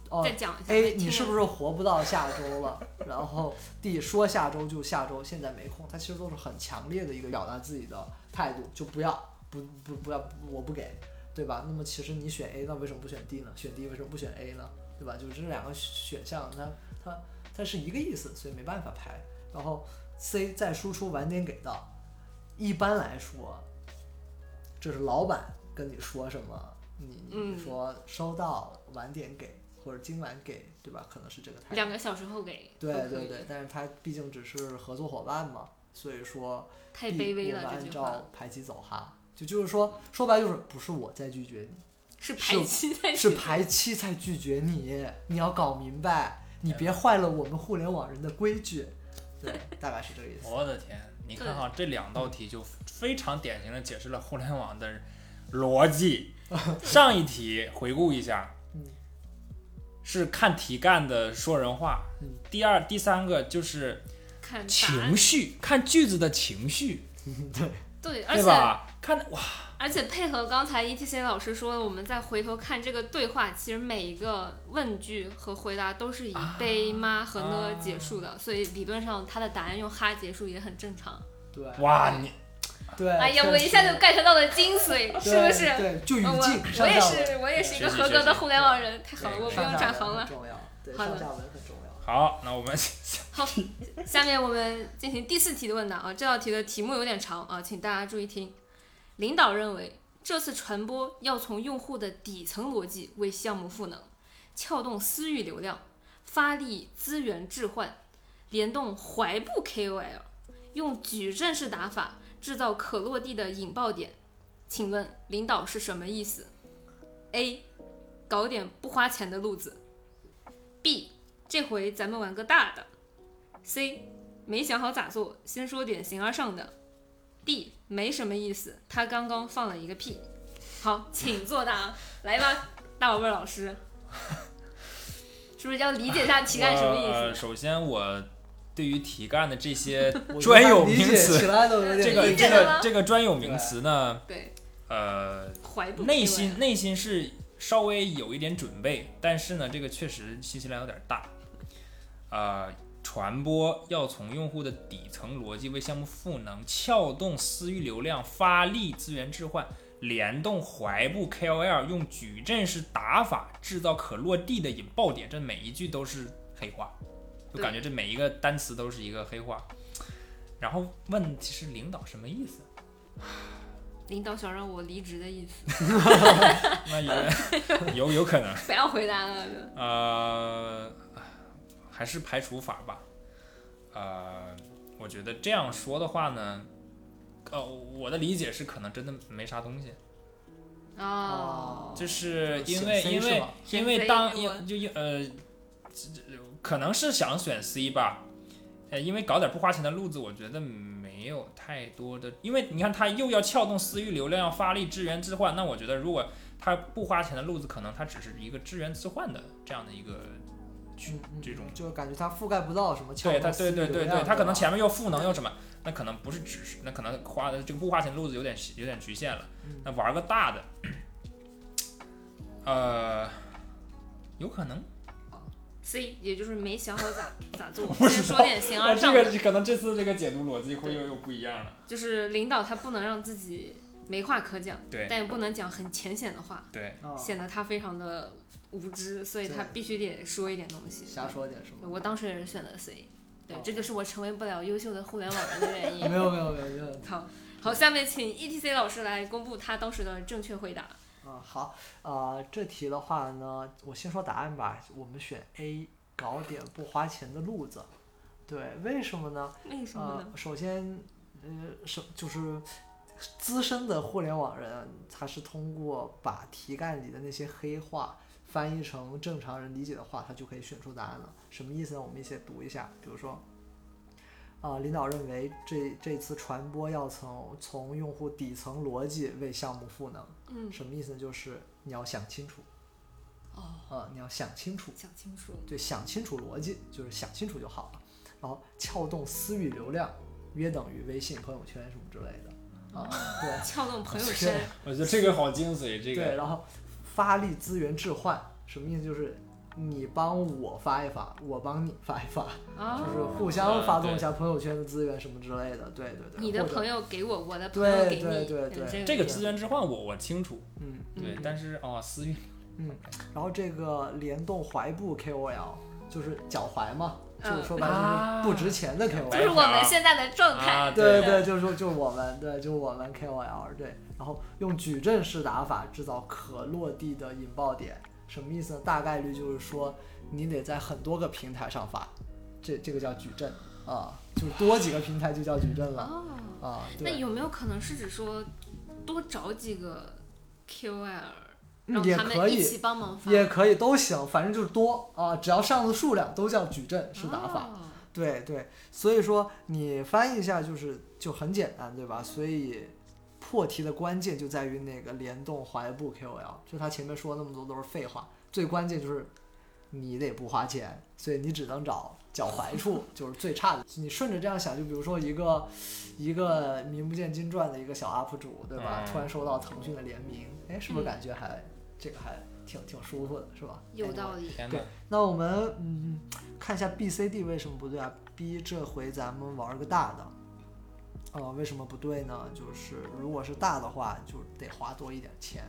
[SPEAKER 3] 哦
[SPEAKER 1] 再讲一下。
[SPEAKER 3] A，
[SPEAKER 1] 听
[SPEAKER 3] 你
[SPEAKER 1] 了
[SPEAKER 3] 是不是活不到下周了？然后 D 说下周就下周，现在没空。他其实都是很强烈的一个表达自己的态度，就不要，不不不要，我不给，对吧？那么其实你选 A，那为什么不选 D 呢？选 D 为什么不选 A 呢？对吧？就是这两个选项，它它它是一个意思，所以没办法排。然后 C 再输出晚点给到，一般来说，这是老板跟你说什么，你你
[SPEAKER 1] 嗯
[SPEAKER 3] 说收到晚点给或者今晚给，对吧？可能是这个态度。
[SPEAKER 1] 两个小时后给？
[SPEAKER 3] 对
[SPEAKER 1] 都可
[SPEAKER 3] 对
[SPEAKER 1] 以，
[SPEAKER 3] 对，但是他毕竟只是合作伙伴嘛，所以说
[SPEAKER 1] 太
[SPEAKER 3] 必
[SPEAKER 1] 卑微
[SPEAKER 3] 我们
[SPEAKER 1] 了这
[SPEAKER 3] 按
[SPEAKER 1] 句话
[SPEAKER 3] 照。排期走哈，就就是说说白了就是不是我在拒绝你，
[SPEAKER 1] 是
[SPEAKER 3] 是
[SPEAKER 1] 排期在
[SPEAKER 3] 是
[SPEAKER 1] 举
[SPEAKER 3] 排期才拒绝你，你要搞明白，你别坏了我们互联网人的规矩。对，大概是这 个意思。
[SPEAKER 2] 我的天，你看哈，这两道题就非常典型的解释了互联网的 逻辑。上一题回顾一下
[SPEAKER 3] 嗯，
[SPEAKER 2] 是看题干的说人话
[SPEAKER 3] 嗯。
[SPEAKER 2] 第二、第三个就是
[SPEAKER 1] 看答案
[SPEAKER 2] 情，绪，看句子的情绪，
[SPEAKER 1] 对，而
[SPEAKER 2] 对
[SPEAKER 1] 且
[SPEAKER 2] 吧？看哇，
[SPEAKER 1] 而且配合刚才 E T C 老师说的，我们再回头看这个对话，其实每一个问句和回答都是以
[SPEAKER 2] 啊
[SPEAKER 1] 悲、妈和
[SPEAKER 2] 啊
[SPEAKER 1] 呢结束的，所以理论上他的答案用哈结束也很正常。
[SPEAKER 3] 对
[SPEAKER 2] 哇，你
[SPEAKER 3] 对。
[SPEAKER 1] 哎呀，
[SPEAKER 3] 确
[SPEAKER 1] 我一下
[SPEAKER 3] 实
[SPEAKER 1] 就 get 到了精髓，
[SPEAKER 3] 对
[SPEAKER 1] 是不是？
[SPEAKER 3] 对，就语
[SPEAKER 1] 嗯我
[SPEAKER 3] 境
[SPEAKER 1] 我
[SPEAKER 3] 上
[SPEAKER 1] 也
[SPEAKER 3] 下文，
[SPEAKER 1] 是，我也是一个
[SPEAKER 2] 学习
[SPEAKER 1] 合格
[SPEAKER 2] 学
[SPEAKER 1] 的
[SPEAKER 2] 习
[SPEAKER 1] 互联网人，太好了，
[SPEAKER 2] 对
[SPEAKER 1] 我不
[SPEAKER 3] 上
[SPEAKER 1] 用
[SPEAKER 3] 下
[SPEAKER 1] 转行
[SPEAKER 3] 文很
[SPEAKER 1] 了。
[SPEAKER 3] 重要，对，
[SPEAKER 1] 好
[SPEAKER 3] 上
[SPEAKER 1] 的
[SPEAKER 3] 下文很重要。
[SPEAKER 2] 好，那我们
[SPEAKER 1] 好，下面我们进行第四题的问答啊。这道题的题目有点长啊，请大家注意听。领导认为，这次传播要从用户的底层逻辑为项目赋能，撬动私域流量，发力资源置换，联动怀步 KOL，用矩阵式打法制造可落地的引爆点。请问领导是什么意思？A，搞点不花钱的路子。B，这回咱们玩个大的。C 没想好咋做，先说点形而上的。D 没什么意思，他刚刚放了一个屁。好，请作答，啊来吧，大宝贝儿老师， 是不是要理解一下题干什么
[SPEAKER 2] 呃
[SPEAKER 1] 意思？
[SPEAKER 2] 首先，我对于题干的 这些
[SPEAKER 3] 我
[SPEAKER 2] 专
[SPEAKER 3] 一般
[SPEAKER 2] 有
[SPEAKER 3] 理
[SPEAKER 2] 名
[SPEAKER 3] 解
[SPEAKER 2] 词
[SPEAKER 3] 起来都有点
[SPEAKER 2] 这
[SPEAKER 1] 理
[SPEAKER 2] 个
[SPEAKER 1] 解
[SPEAKER 2] 这
[SPEAKER 1] 了
[SPEAKER 2] 个
[SPEAKER 1] 吗
[SPEAKER 2] 这个专有名词呢，
[SPEAKER 1] 对，
[SPEAKER 2] 呃，
[SPEAKER 1] 怀不
[SPEAKER 2] 内
[SPEAKER 1] 平
[SPEAKER 2] 心
[SPEAKER 1] 稳
[SPEAKER 2] 内心是稍微有一点准备，但是呢，这个确实信息量有点大。呃，传播要从用户的底层逻辑为项目赋能，撬动私域流量，发力资源置换，联动怀步 KOL，用矩阵式打法制造可落地的引爆点。这每一句都是黑话，就
[SPEAKER 1] 对
[SPEAKER 2] 感觉这每一个单词都是一个黑话。然后问题是领导什么意思？
[SPEAKER 1] 领导想让我离职的意思，
[SPEAKER 2] 那也 有有可能。
[SPEAKER 1] 不要回答了。就
[SPEAKER 2] 呃，还是排除法吧。呃，我觉得这样说的话呢，呃，我的理解是可能真的没啥东西，
[SPEAKER 1] 哦，
[SPEAKER 2] 就是
[SPEAKER 3] 就是
[SPEAKER 2] 因
[SPEAKER 3] 选
[SPEAKER 2] 为
[SPEAKER 3] C
[SPEAKER 2] 因
[SPEAKER 3] 是
[SPEAKER 2] 为
[SPEAKER 3] 吗
[SPEAKER 2] 因
[SPEAKER 1] 选
[SPEAKER 2] 为
[SPEAKER 1] C
[SPEAKER 2] 当
[SPEAKER 1] 我
[SPEAKER 2] 因就因呃，这这可能是想选 C 吧，呃，因为搞点不花钱的路子，我觉得没有太多的，因为你看他又要撬动私域流量，要发力资源置换，那我觉得如果他不花钱的路子，可能他只是一个资源置换的这样的一个
[SPEAKER 3] 嗯嗯
[SPEAKER 2] 这种
[SPEAKER 3] 就是感觉它覆盖不到什么撬
[SPEAKER 2] 对
[SPEAKER 3] 动
[SPEAKER 2] 他，对
[SPEAKER 3] 私域
[SPEAKER 2] 对
[SPEAKER 3] 流
[SPEAKER 2] 对
[SPEAKER 3] 量
[SPEAKER 2] 对，他可能
[SPEAKER 3] 吧
[SPEAKER 2] 前面又赋能又什么，那可能不是只是，那可能花的这个不花钱的路子有点有点局限了。
[SPEAKER 3] 嗯
[SPEAKER 2] 那玩个大的，呃，有可能。
[SPEAKER 1] 所以也就是没想好咋咋 做，
[SPEAKER 2] 不
[SPEAKER 1] 先
[SPEAKER 2] 知道
[SPEAKER 1] 说点形啊而上的，
[SPEAKER 2] 可能这次这个解读逻辑会又又不一样了。
[SPEAKER 1] 就是领导他不能让自己没话可讲，
[SPEAKER 2] 对哦
[SPEAKER 1] 但也不能讲很浅显的话，
[SPEAKER 2] 对，
[SPEAKER 3] 啊
[SPEAKER 1] 显得他非常的无知，所以他
[SPEAKER 3] 对
[SPEAKER 1] 必须得说一点东西。
[SPEAKER 3] 瞎说点什么。
[SPEAKER 1] 我当时也是选的 C，对
[SPEAKER 3] 哦，
[SPEAKER 1] 这就是我成为不了优秀的互联网人的原 因。
[SPEAKER 3] 没有没有没有没有
[SPEAKER 1] 好，好，下面请 E T C 老师来公布他当时的正确回答。
[SPEAKER 3] 啊，好，呃，这题的话呢，我先说答案吧。我们选 A，搞点不花钱的路子。对，为什么呢？
[SPEAKER 1] 为什么
[SPEAKER 3] 呃
[SPEAKER 1] 呢？，
[SPEAKER 3] 首先，呃，是就是资深的互联网人，他是通过把题干里的那些黑话翻译成正常人理解的话，他就可以选出答案了。什么意思呢？我们一起读一下，比如说。啊，领导认为这这次传播要从从用户底层逻辑为项目赋能，
[SPEAKER 2] 哦
[SPEAKER 1] 嗯，
[SPEAKER 3] 什么意思呢？就是你要想清楚，
[SPEAKER 1] 哦，
[SPEAKER 3] 呃，你要想清楚，
[SPEAKER 1] 讲清楚。
[SPEAKER 3] 对，想清楚逻辑，就是想清楚就好了。然后撬动私域流量，约等于微信朋友圈什么之类的，啊，对
[SPEAKER 1] 撬动朋友圈，
[SPEAKER 2] 我觉得这个好精髓，这
[SPEAKER 3] 对，
[SPEAKER 2] 个
[SPEAKER 3] 然后发力资源置换，什么意思？就是你帮我发一发，我帮你发一发，就
[SPEAKER 1] 啊，
[SPEAKER 3] 是互相发动一下朋友圈的资源什么之类的，对对对。
[SPEAKER 1] 你的
[SPEAKER 3] 或者
[SPEAKER 1] 朋友给我，我的朋友给你，
[SPEAKER 3] 对对对
[SPEAKER 1] 嗯
[SPEAKER 3] 对
[SPEAKER 2] 这
[SPEAKER 1] 这
[SPEAKER 2] 个资源置换我我清楚，
[SPEAKER 3] 嗯，
[SPEAKER 2] 对
[SPEAKER 1] 嗯，
[SPEAKER 2] 但是哦，私域
[SPEAKER 3] 嗯，然后这个联动踝部 KOL 就是脚踝嘛，就是
[SPEAKER 1] 嗯啊
[SPEAKER 3] 说白了就是不值钱的 KOL，、
[SPEAKER 1] 就是我们现在的状态。
[SPEAKER 2] 啊，
[SPEAKER 3] 对
[SPEAKER 1] 对
[SPEAKER 3] 对，就是说就是我们，对就是我们 KOL 对，然后用矩阵式打法制造可落地的引爆点，什么意思呢？大概率就是说你得在很多个平台上发，这这个叫矩阵啊，就是多几个平台就叫矩阵了
[SPEAKER 1] 哦，
[SPEAKER 3] 啊。
[SPEAKER 1] 那
[SPEAKER 3] 对，
[SPEAKER 1] 有没有可能是指说多找几个 QL，
[SPEAKER 3] 嗯
[SPEAKER 1] 让
[SPEAKER 3] 也
[SPEAKER 1] 他
[SPEAKER 3] 可
[SPEAKER 1] 们一
[SPEAKER 3] 以
[SPEAKER 1] 起帮忙发？
[SPEAKER 3] 也可以都行，反正就是多啊，只要上的数量都叫矩阵式打法。
[SPEAKER 1] 哦
[SPEAKER 3] 对对，所以说你翻译一下就是就很简单，对吧？所以破题的关键就在于那个联动怀步 KOL，就他前面说那么多都是废话，最关键就是你得不花钱，所以你只能找脚踝处，就是最差的。你顺着这样想，就比如说一个一个名不见经传的一个小 UP 主，对吧？
[SPEAKER 2] 嗯
[SPEAKER 3] 突然收到腾讯的联名，哎，是不是感觉还、这个还挺挺舒服的，是吧？
[SPEAKER 1] 有
[SPEAKER 3] 理。
[SPEAKER 1] 道理。
[SPEAKER 2] 天哪
[SPEAKER 3] 对，那我们嗯看一下 B、C、D 为什么不对啊？B 这回咱们玩个大的，呃，为什么不对呢？就是如果是大的话，就得花多一点钱，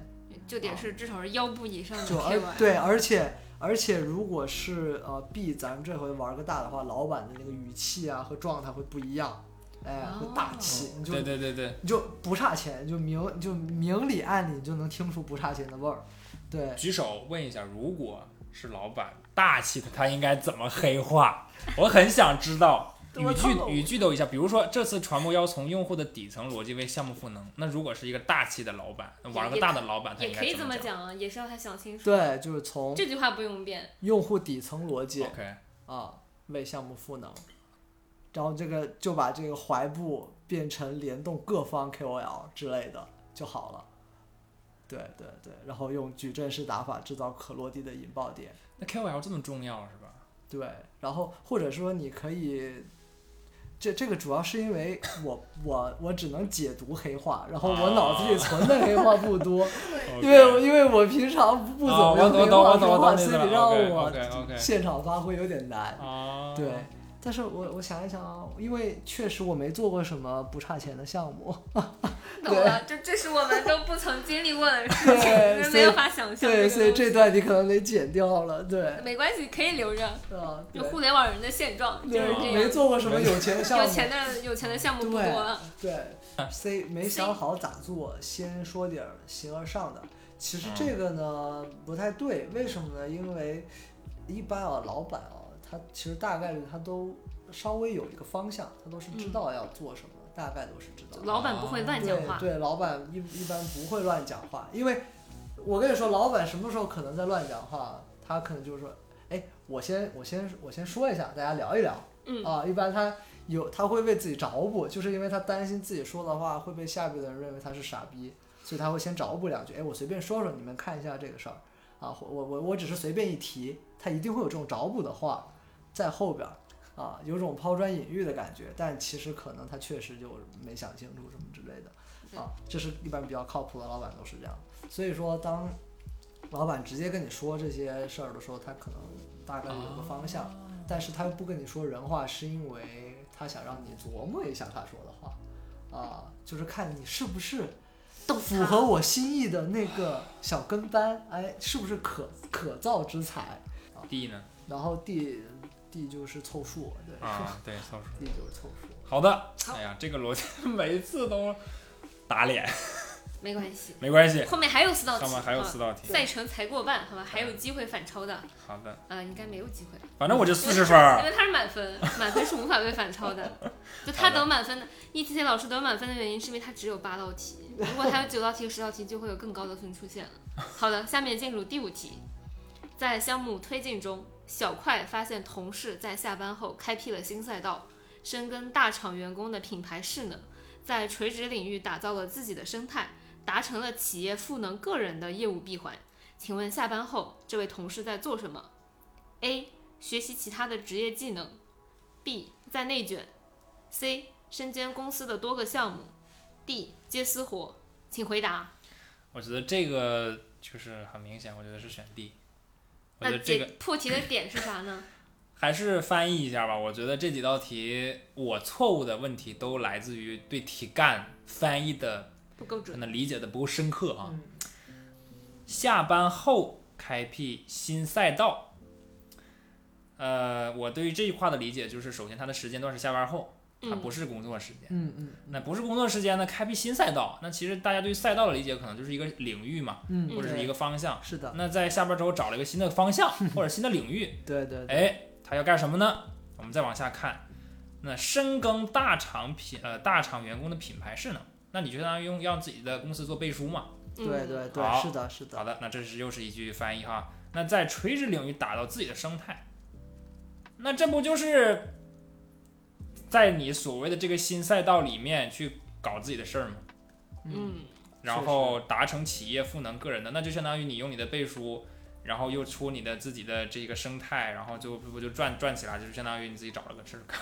[SPEAKER 1] 就
[SPEAKER 2] 啊
[SPEAKER 1] 得是至少是腰部以上的
[SPEAKER 3] 就
[SPEAKER 1] K
[SPEAKER 3] 而
[SPEAKER 1] Y，
[SPEAKER 3] 对，啊而且而且如果是呃 B，咱们这回玩个大的话，老板的那个语气啊和状态会不一样，哎，会大
[SPEAKER 1] 哦
[SPEAKER 3] 气，你就
[SPEAKER 2] 对对对对，
[SPEAKER 3] 你就不差钱，你就明就明里暗里你就能听出不差钱的味儿，对，
[SPEAKER 2] 举手问一下，如果是老板大气的，他应该怎么黑化？我很想知道。语
[SPEAKER 3] 我
[SPEAKER 2] 句
[SPEAKER 3] 操
[SPEAKER 2] 语句都一下，比如说这次传播要从用户的底层逻辑为项目赋能，那如果是一个大气的老板，玩个大的老板，他
[SPEAKER 1] 也
[SPEAKER 2] 应
[SPEAKER 1] 可
[SPEAKER 2] 该
[SPEAKER 1] 以
[SPEAKER 2] 怎
[SPEAKER 1] 这么
[SPEAKER 2] 讲
[SPEAKER 1] 讲啊，也是让他想清楚。
[SPEAKER 3] 对，就是从
[SPEAKER 1] 这句话不用变，
[SPEAKER 3] 用户底层逻辑。
[SPEAKER 2] ？OK，
[SPEAKER 3] 啊，为项目赋能，然后这个就把这个怀步变成联动各方 KOL 之类的就好了。对对对，然后用矩阵式打法制造可落地的引爆点。
[SPEAKER 2] 那 KOL 这么重要是吧？
[SPEAKER 3] 对，然后或者说你可以，这这个主要是因为我我我只能解读黑话，然后我脑
[SPEAKER 2] 啊
[SPEAKER 3] 子里存的黑话 不多，因为我因为我平常不不怎
[SPEAKER 2] 啊
[SPEAKER 3] 么
[SPEAKER 2] 我
[SPEAKER 3] 用
[SPEAKER 2] 懂
[SPEAKER 3] 黑
[SPEAKER 2] 懂
[SPEAKER 3] 话
[SPEAKER 2] 我懂
[SPEAKER 3] 说
[SPEAKER 2] 我
[SPEAKER 3] 话，
[SPEAKER 2] 懂你
[SPEAKER 3] 所以
[SPEAKER 2] 了
[SPEAKER 3] 让
[SPEAKER 2] ，OK，
[SPEAKER 3] 我
[SPEAKER 2] OK，OK
[SPEAKER 3] 现场发挥有点难。
[SPEAKER 2] 哦，
[SPEAKER 3] 对，
[SPEAKER 1] 哎
[SPEAKER 3] 但是我我想一想啊，因为确实我没做过什么不差钱的项目，
[SPEAKER 1] 懂了，这这是我们都不曾经历过的事
[SPEAKER 3] 对
[SPEAKER 1] 情，没有
[SPEAKER 3] 所以
[SPEAKER 1] 法想象。
[SPEAKER 3] 对，所以
[SPEAKER 1] 东西
[SPEAKER 3] 这段你可能得剪掉了，对，
[SPEAKER 1] 没关系，可以留着。
[SPEAKER 3] 啊，
[SPEAKER 1] 就
[SPEAKER 3] 对，
[SPEAKER 1] 互联网人的现状就是
[SPEAKER 3] 对，
[SPEAKER 1] 这
[SPEAKER 3] 没
[SPEAKER 1] 样，
[SPEAKER 3] 做过什么有钱的项目，
[SPEAKER 1] 有钱嗯的有钱的项目不多了。
[SPEAKER 3] 对，C 没想好咋做，先说点儿形而上的。其实
[SPEAKER 1] 嗯
[SPEAKER 3] 这个呢不太对，为什么呢？因为一般啊，老板啊，他其实大概率他都稍微有一个方向，他都是
[SPEAKER 1] 嗯
[SPEAKER 3] 知道要做什么，大概都是知道的。
[SPEAKER 1] 老板不会乱讲话，
[SPEAKER 3] 对对，老板一一般不会乱讲话，因为我跟你说，老板什么时候可能在乱讲话？他可能就是说，哎，我先我先我先说一下，大家聊一聊。
[SPEAKER 1] 嗯
[SPEAKER 3] 啊，一般他有他会为自己着补，就是因为他担心自己说的话会被下边的人认为他是傻逼，所以他会先着补两句。哎，我随便说说，你们看一下这个事儿啊，或我我我只是随便一提，他一定会有这种着补的话在后边儿啊，有种抛砖引玉的感觉，但其实可能他确实就没想清楚什么之类的啊，这是一般比较靠谱的老板都是这样。所以说，当老板直接跟你说这些事儿的时候，他可能大概有个方向。但是他不跟你说人话，是因为他想让你琢磨一下他说的话，啊、就是看你是不是
[SPEAKER 1] 懂
[SPEAKER 3] 符合我心意的那个小跟班，哎，是不是可可造之材？
[SPEAKER 2] D 呢？
[SPEAKER 3] 然后 D D 就是凑数，对、
[SPEAKER 2] 啊，对，扫帚。
[SPEAKER 3] d 就是凑数。
[SPEAKER 2] 好的，哎呀，这个逻辑 每次都打脸，
[SPEAKER 1] 没关系，
[SPEAKER 2] 没关系，
[SPEAKER 1] 后面还有四道题，
[SPEAKER 2] 上面还有
[SPEAKER 1] 好吧
[SPEAKER 2] 四道题。
[SPEAKER 1] 赛程才过半，好吧，还有机会反超的，
[SPEAKER 2] 好的，
[SPEAKER 1] 呃，应该没有机会，
[SPEAKER 2] 反正我就四十
[SPEAKER 1] 因为
[SPEAKER 2] 分
[SPEAKER 1] 他
[SPEAKER 2] 儿
[SPEAKER 1] 因。为他是满分，满分是无法被反超的。就他得满分的，ETC 老师得满分的原因是因为他只有八道题，如果他有九道题、十道题，就会有更高的分出现了。好的，下面进入第五题，在项目推进中，小快发现同事在下班后开辟了新赛道，深耕大厂员工的品牌势能，在垂直领域打造了自己的生态，达成了企业赋能个人的业务闭环。请问下班后，这位同事在做什么？A. 学习其他的职业技能；B 在内卷；C 身兼公司的多个项目；D 接私活。请回答。
[SPEAKER 2] 我觉得这个就是很明显，我觉得是选 D。我觉
[SPEAKER 1] 那
[SPEAKER 2] 得这
[SPEAKER 1] 解
[SPEAKER 2] 个
[SPEAKER 1] 破题的点是啥呢？
[SPEAKER 2] 还是翻译一下吧。我觉得这几道题我错误的问题都来自于对题干翻译的
[SPEAKER 1] 不够
[SPEAKER 2] 可
[SPEAKER 1] 准。
[SPEAKER 2] 能理解的不够深刻啊。
[SPEAKER 3] 嗯
[SPEAKER 2] 下班后开辟新赛道。呃，我对于这句话的理解就是，首先它的时间段是下班后，它
[SPEAKER 1] 嗯
[SPEAKER 2] 不是工作时间。
[SPEAKER 3] 嗯嗯
[SPEAKER 2] 那不是工作时间呢，开辟新赛道。那其实大家对赛道的理解可能就是一个领域嘛，
[SPEAKER 3] 嗯，
[SPEAKER 2] 或者是一
[SPEAKER 3] 个
[SPEAKER 2] 个方向。
[SPEAKER 3] 是的，
[SPEAKER 2] 那在下班之后找了一个新的方 向或者新的领域，
[SPEAKER 3] 对对对，
[SPEAKER 2] 哎，他要干什么呢？我们再往下看，那深耕大厂品呃大厂员工的品牌势能，那你就相当于用让自己的公司做背书嘛。
[SPEAKER 3] 对
[SPEAKER 1] 嗯。
[SPEAKER 3] 对对，
[SPEAKER 2] 好
[SPEAKER 3] 是的是
[SPEAKER 2] 好
[SPEAKER 3] 的，
[SPEAKER 2] 的，那这是又是一句翻译哈。那在垂直领域打造自己的生态，那这不就是在你所谓的这个新赛道里面去搞自己的事儿吗？
[SPEAKER 1] 嗯，
[SPEAKER 2] 然后达成企业赋能个人的，那就相当于你用你的背书，然后又出你的自己的这个生态，然后就不就赚赚起来，就是相当于你自己找了个事儿干，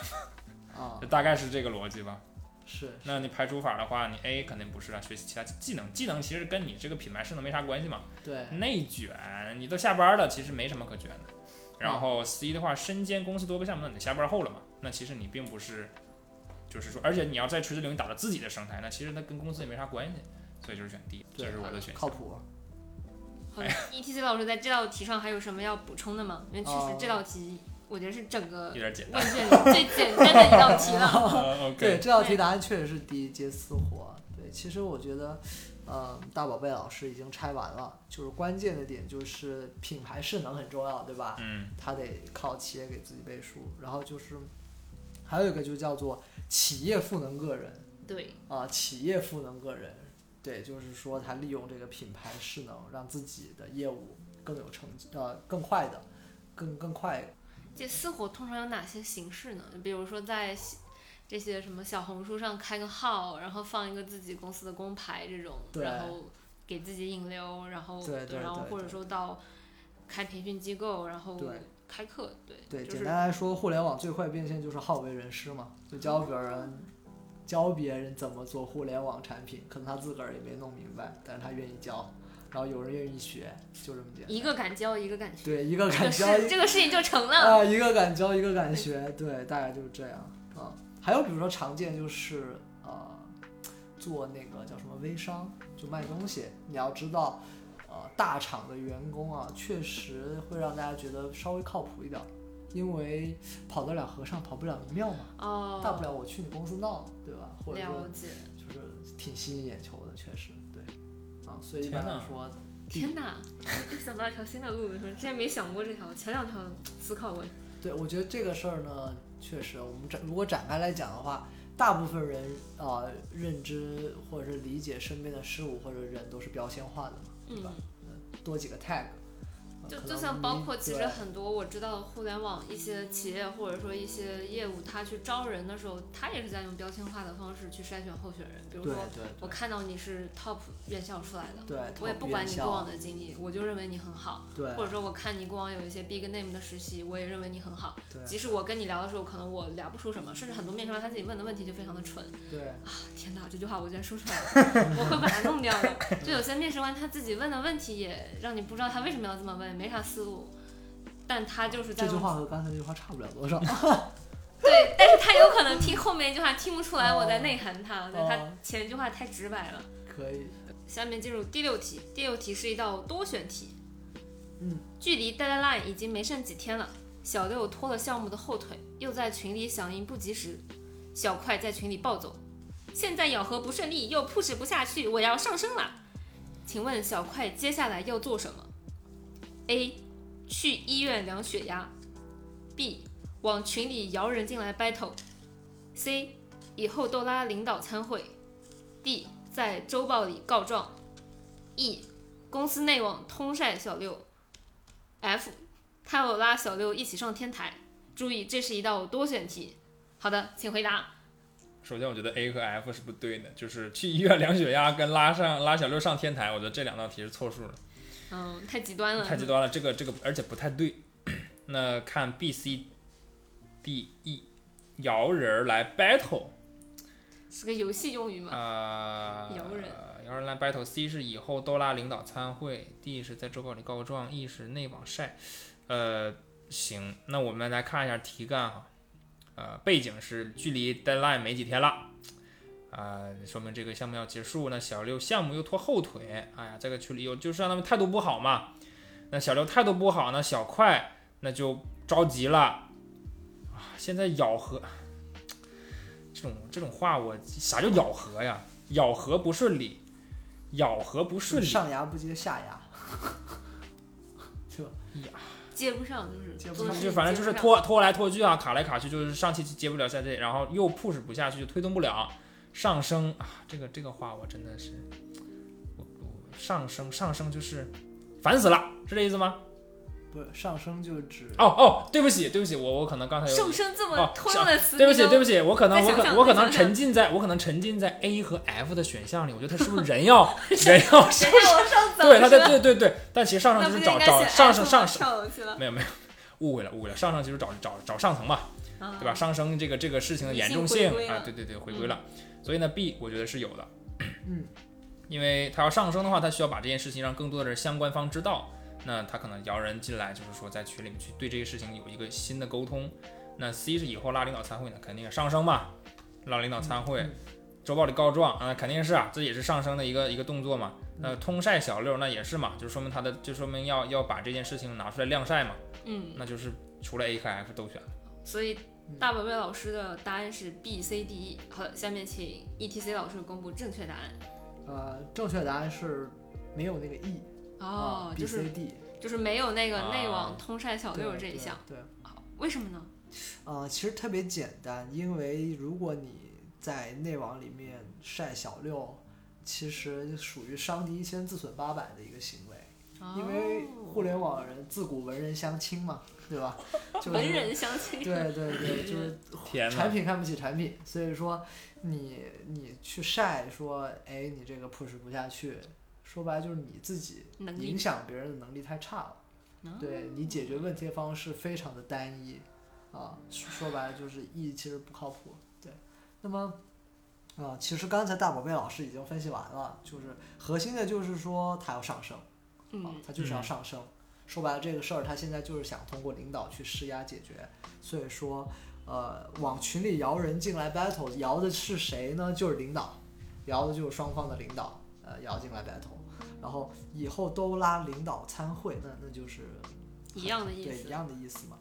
[SPEAKER 3] 啊
[SPEAKER 2] 就大概是这个逻辑吧。
[SPEAKER 3] 是
[SPEAKER 2] 那你排除法的话，你 A 肯定不是啊，学习其他技能，技能其实跟你这个品牌势能没啥关系嘛。
[SPEAKER 3] 对
[SPEAKER 1] 嗯
[SPEAKER 3] 嗯
[SPEAKER 2] 内卷，你都下班了，其实没什么可卷的。然后 C 的话，身兼公司多个项目，那你下班后了嘛？那其实你并不是，就是说，而且你要在垂直领域打造自己的生态，那其实那跟公司也没啥关系，所以就是选 D，这
[SPEAKER 3] 对
[SPEAKER 2] 是我的选项
[SPEAKER 3] 靠。谱。
[SPEAKER 1] 好的。ETC 老师在这道题上还有什么要补充的吗？因为确实
[SPEAKER 3] 哦
[SPEAKER 1] 这道题，我觉得是整个
[SPEAKER 2] 有点简单
[SPEAKER 1] 问。卷里最简单的一道题 了。
[SPEAKER 2] 呃
[SPEAKER 3] 啊对，
[SPEAKER 2] OK，
[SPEAKER 3] 这道
[SPEAKER 1] 对
[SPEAKER 3] 题答案确实是第一接私活。对，其实我觉得，呃，大宝贝老师已经拆完了，就是关键的点就是品牌势能很重要，对吧？
[SPEAKER 2] 嗯，
[SPEAKER 3] 他得靠企业给自己背书，然后就是还有一个就叫做企业赋能个人
[SPEAKER 1] 对，
[SPEAKER 3] 啊，企业赋能个人，对，就是说他利用这个品牌势能，让自己的业务更有成绩，呃，更快的，更更快
[SPEAKER 1] 这私活通常有哪些形式呢？比如说在这些什么小红书上开个号，然后放一个自己公司的工牌这种，
[SPEAKER 3] 对
[SPEAKER 1] 然后给自己引流，然后
[SPEAKER 3] 对对
[SPEAKER 1] 然后
[SPEAKER 3] 对
[SPEAKER 1] 或者
[SPEAKER 3] 对
[SPEAKER 1] 说到开培训机构，然后
[SPEAKER 3] 对
[SPEAKER 1] 开课，对
[SPEAKER 3] 对，
[SPEAKER 1] 就
[SPEAKER 3] 简
[SPEAKER 1] 是
[SPEAKER 3] 单来说，互联网最快变现就是好为人师嘛，就教别人教别人怎么做互联网产品，可能他自个儿也没弄明白，但是他愿意教，然后有人愿意学，就这么简单。
[SPEAKER 1] 一个敢教，一个敢学，
[SPEAKER 3] 对，一个
[SPEAKER 1] 这
[SPEAKER 3] 敢
[SPEAKER 1] 个
[SPEAKER 3] 教，
[SPEAKER 1] 事这个事情就成了。
[SPEAKER 3] 啊、一个敢教，一个敢学，对，大概就是这样啊、还有比如说常见就是呃，做那个叫什么微商，就卖东西。你要知道，呃，大厂的员工啊，确实会让大家觉得稍微靠谱一点儿，因为跑得了和尚跑不了庙嘛，
[SPEAKER 1] 哦，
[SPEAKER 3] 啊大不了我去你公司闹，对吧？或者
[SPEAKER 1] 了
[SPEAKER 3] 说
[SPEAKER 1] 解。
[SPEAKER 3] 就是挺吸引眼球的，确实对。啊，所以一
[SPEAKER 2] 天
[SPEAKER 3] 般来
[SPEAKER 2] 哪
[SPEAKER 3] 说，
[SPEAKER 1] 天哪， 又想到一条新的路，你说之前没想过这条，前两条思考过。
[SPEAKER 3] 对我觉得这个事儿呢，确实，我们展如果展开来讲的话，大部分人啊、呃认知或者是理解身边的事物或者人都是标签化的嘛，对吧
[SPEAKER 1] 嗯，
[SPEAKER 3] 多几个 tag，呃
[SPEAKER 1] 就
[SPEAKER 3] 可
[SPEAKER 1] 就
[SPEAKER 3] 能
[SPEAKER 1] 像包
[SPEAKER 3] 你
[SPEAKER 1] 括其
[SPEAKER 3] 对
[SPEAKER 1] 实很多我知道的互联网一些企业或者说一些业务，它去招人的时候，它也是在用标签化的方式去筛选候选人。比如
[SPEAKER 3] 对
[SPEAKER 1] 说，
[SPEAKER 3] 对
[SPEAKER 1] 我看到你是 top 院校出来的，
[SPEAKER 3] 对，
[SPEAKER 1] 我也
[SPEAKER 3] 逃
[SPEAKER 1] 不
[SPEAKER 3] 避
[SPEAKER 1] 管
[SPEAKER 3] 院
[SPEAKER 1] 你
[SPEAKER 3] 校
[SPEAKER 1] 过往的经历，我就认为你很好。
[SPEAKER 3] 对
[SPEAKER 1] 或者说，我看你过往有一些 big name 的实习，我也认为你很好。
[SPEAKER 3] 对
[SPEAKER 1] 即使我跟你聊的时候，可能我聊不出什么，甚至很多面试官他自己问的问题就非常的蠢。
[SPEAKER 3] 对
[SPEAKER 1] 天哪，这句话我居然说出来了，我会把它弄掉的。就有些面试官他自己问的问题也让你不知道他为什么要这么问，没啥思路，但他就是在嗯
[SPEAKER 3] 这句
[SPEAKER 1] 问。
[SPEAKER 3] 话和刚才那句话差不了多少。
[SPEAKER 1] 对，但是他有可能听后面一句话听不出来我在内涵他，对他
[SPEAKER 3] 哦
[SPEAKER 1] 前一句话太直白了。
[SPEAKER 3] 可以，
[SPEAKER 1] 下面进入第六题，第六题是一道多选题。
[SPEAKER 3] 嗯，
[SPEAKER 1] 距离 deadline 已经没剩几天了，小六拖了项目的后腿，又在群里响应不及时，小快在群里暴走。现在咬合不顺利，又 push 不下去，我要上升了。请问小快接下来要做什么？A. 去医院量血压。B. 往群里摇人进来 battle。C. 以后都拉领导参会。D 在周报里告状，E 公司内网通晒小六，F 他要拉小六一起上天台。注意，这是一道多选题。好的，请回答。
[SPEAKER 2] 首先，我觉得 A 和 F 是不对的，就是去医院量血压跟拉上拉小六上天台，我觉得这两道题是错数的，
[SPEAKER 1] 嗯，太极端了。
[SPEAKER 2] 太极端了，这个这个而且不太对。 那看 B、C、D、E，摇人儿来 battle，
[SPEAKER 1] 是个游戏用语嘛？
[SPEAKER 2] 啊，
[SPEAKER 1] 摇人
[SPEAKER 2] 摇人来 battle。C 是以后多拉领导参会，D 是在周报里告状，E 是内网晒。呃，行，那我们来看一下题干哈。呃，背景是距离 deadline 没几天了，啊、说明这个项目要结束。那小六项目又拖后腿，哎呀，这个群里有就是让他们态度不好嘛。那小六态度不好，那小快那就着急了啊！现在咬合，这种这种话我啥叫咬合呀？咬合不顺利，咬合不顺利，
[SPEAKER 3] 上牙不接下牙，对吧？
[SPEAKER 1] 接不上就是
[SPEAKER 3] 接不
[SPEAKER 1] 做
[SPEAKER 3] 上
[SPEAKER 1] 事
[SPEAKER 2] 就
[SPEAKER 1] 情
[SPEAKER 2] 反正就是
[SPEAKER 1] 接不上
[SPEAKER 2] 拖拖来拖去啊，卡来卡去，就是上期接不了下这，然后又 push 不下去，就推动不了上升啊。这个这个话我真的是，我我上升上升就是烦死了，是这意思吗？
[SPEAKER 3] 不是上升就指
[SPEAKER 2] 哦哦，对不起对不起，我我可能刚才有
[SPEAKER 1] 上升这么
[SPEAKER 2] 哦
[SPEAKER 1] 通用的词，
[SPEAKER 2] 对不起
[SPEAKER 1] 你都
[SPEAKER 2] 对不起，我可能
[SPEAKER 1] 再
[SPEAKER 2] 我
[SPEAKER 1] 想想
[SPEAKER 2] 可我可能
[SPEAKER 1] 再想想
[SPEAKER 2] 沉浸在我可能沉浸在 A 和 F 的选项里，我觉得他是不是人 要人要
[SPEAKER 1] 谁让我上走
[SPEAKER 2] 对他
[SPEAKER 1] 是
[SPEAKER 2] 在
[SPEAKER 1] 吧
[SPEAKER 2] 对对对，但其实上
[SPEAKER 1] 那
[SPEAKER 2] 升
[SPEAKER 1] 不
[SPEAKER 2] 就是是
[SPEAKER 1] 应
[SPEAKER 2] 找
[SPEAKER 1] 该
[SPEAKER 2] 找
[SPEAKER 1] 写
[SPEAKER 2] 上
[SPEAKER 1] F
[SPEAKER 2] 升
[SPEAKER 1] 吗
[SPEAKER 2] 上升，
[SPEAKER 1] 跳楼去了，
[SPEAKER 2] 没有没有，误会了误会了，上升其实找找找上层嘛。
[SPEAKER 1] 啊
[SPEAKER 2] 对吧？？上升这个这个事情的严重
[SPEAKER 1] 理
[SPEAKER 2] 性
[SPEAKER 1] 性回归了
[SPEAKER 2] 啊，对对对，回归了。所以呢，B 我觉得是有的，
[SPEAKER 3] 嗯，
[SPEAKER 2] 因为它要上升的话，它需要把这件事情让更多的人相关方知道，那他可能摇人进来，就是说在群里面去对这个事情有一个新的沟通。那 C 是以后拉领导参会呢，肯定上升嘛，拉领导参会，
[SPEAKER 3] 嗯
[SPEAKER 2] 周报里告状啊，肯定是啊，这也是上升的一个一个动作嘛。
[SPEAKER 3] 嗯
[SPEAKER 2] 那通晒小六那也是嘛，就说明他的就说明要要把这件事情拿出来晾晒嘛，
[SPEAKER 1] 嗯，
[SPEAKER 2] 那就是除了 A 和 F 都选。
[SPEAKER 1] 所以大本贝老师的答案是 B C D E。好的，下面请 E T C 老师公布正确答案。
[SPEAKER 3] 呃，正确答案是没有那个 e
[SPEAKER 1] 哦，
[SPEAKER 3] 啊
[SPEAKER 1] 就
[SPEAKER 3] ，b
[SPEAKER 1] 是
[SPEAKER 3] c d
[SPEAKER 1] 就是没有那个
[SPEAKER 2] 啊
[SPEAKER 1] 内网通晒小
[SPEAKER 3] 对
[SPEAKER 1] 六这一项，
[SPEAKER 3] 对，对
[SPEAKER 1] 好为什么呢？
[SPEAKER 3] 呃，其实特别简单，因为如果你在内网里面晒小六，其实就属于伤敌一千自损八百的一个行为，
[SPEAKER 1] 哦
[SPEAKER 3] 因为互联网人自古文人相轻嘛，对吧？就是
[SPEAKER 1] 哦文人相亲，
[SPEAKER 3] 对对对，就是
[SPEAKER 2] 天呐！
[SPEAKER 3] 产品看不起产品，所以说你你去晒说，哎，你这个 push 不下去，说白了就是你自己
[SPEAKER 1] 能力
[SPEAKER 3] 影响别人的能力太差了，
[SPEAKER 1] 啊
[SPEAKER 3] 对你解决问题的方式非常的单一，啊，说说白了就是意义其实不靠谱，对，那么。啊、其实刚才大宝贝老师已经分析完了，就是核心的就是说他要上升，啊
[SPEAKER 1] 嗯，
[SPEAKER 3] 他就是要
[SPEAKER 2] 嗯
[SPEAKER 3] 上升。说白了，这个事儿他现在就是想通过领导去施压解决，所以说，呃，往群里摇人进来 battle，摇的是谁呢？就是领导，摇的就是双方的领导，呃，摇进来 battle。然后以后都拉领导参会，那那就是
[SPEAKER 1] 一样的意
[SPEAKER 3] 对一
[SPEAKER 1] 思。
[SPEAKER 3] 样的意思嘛。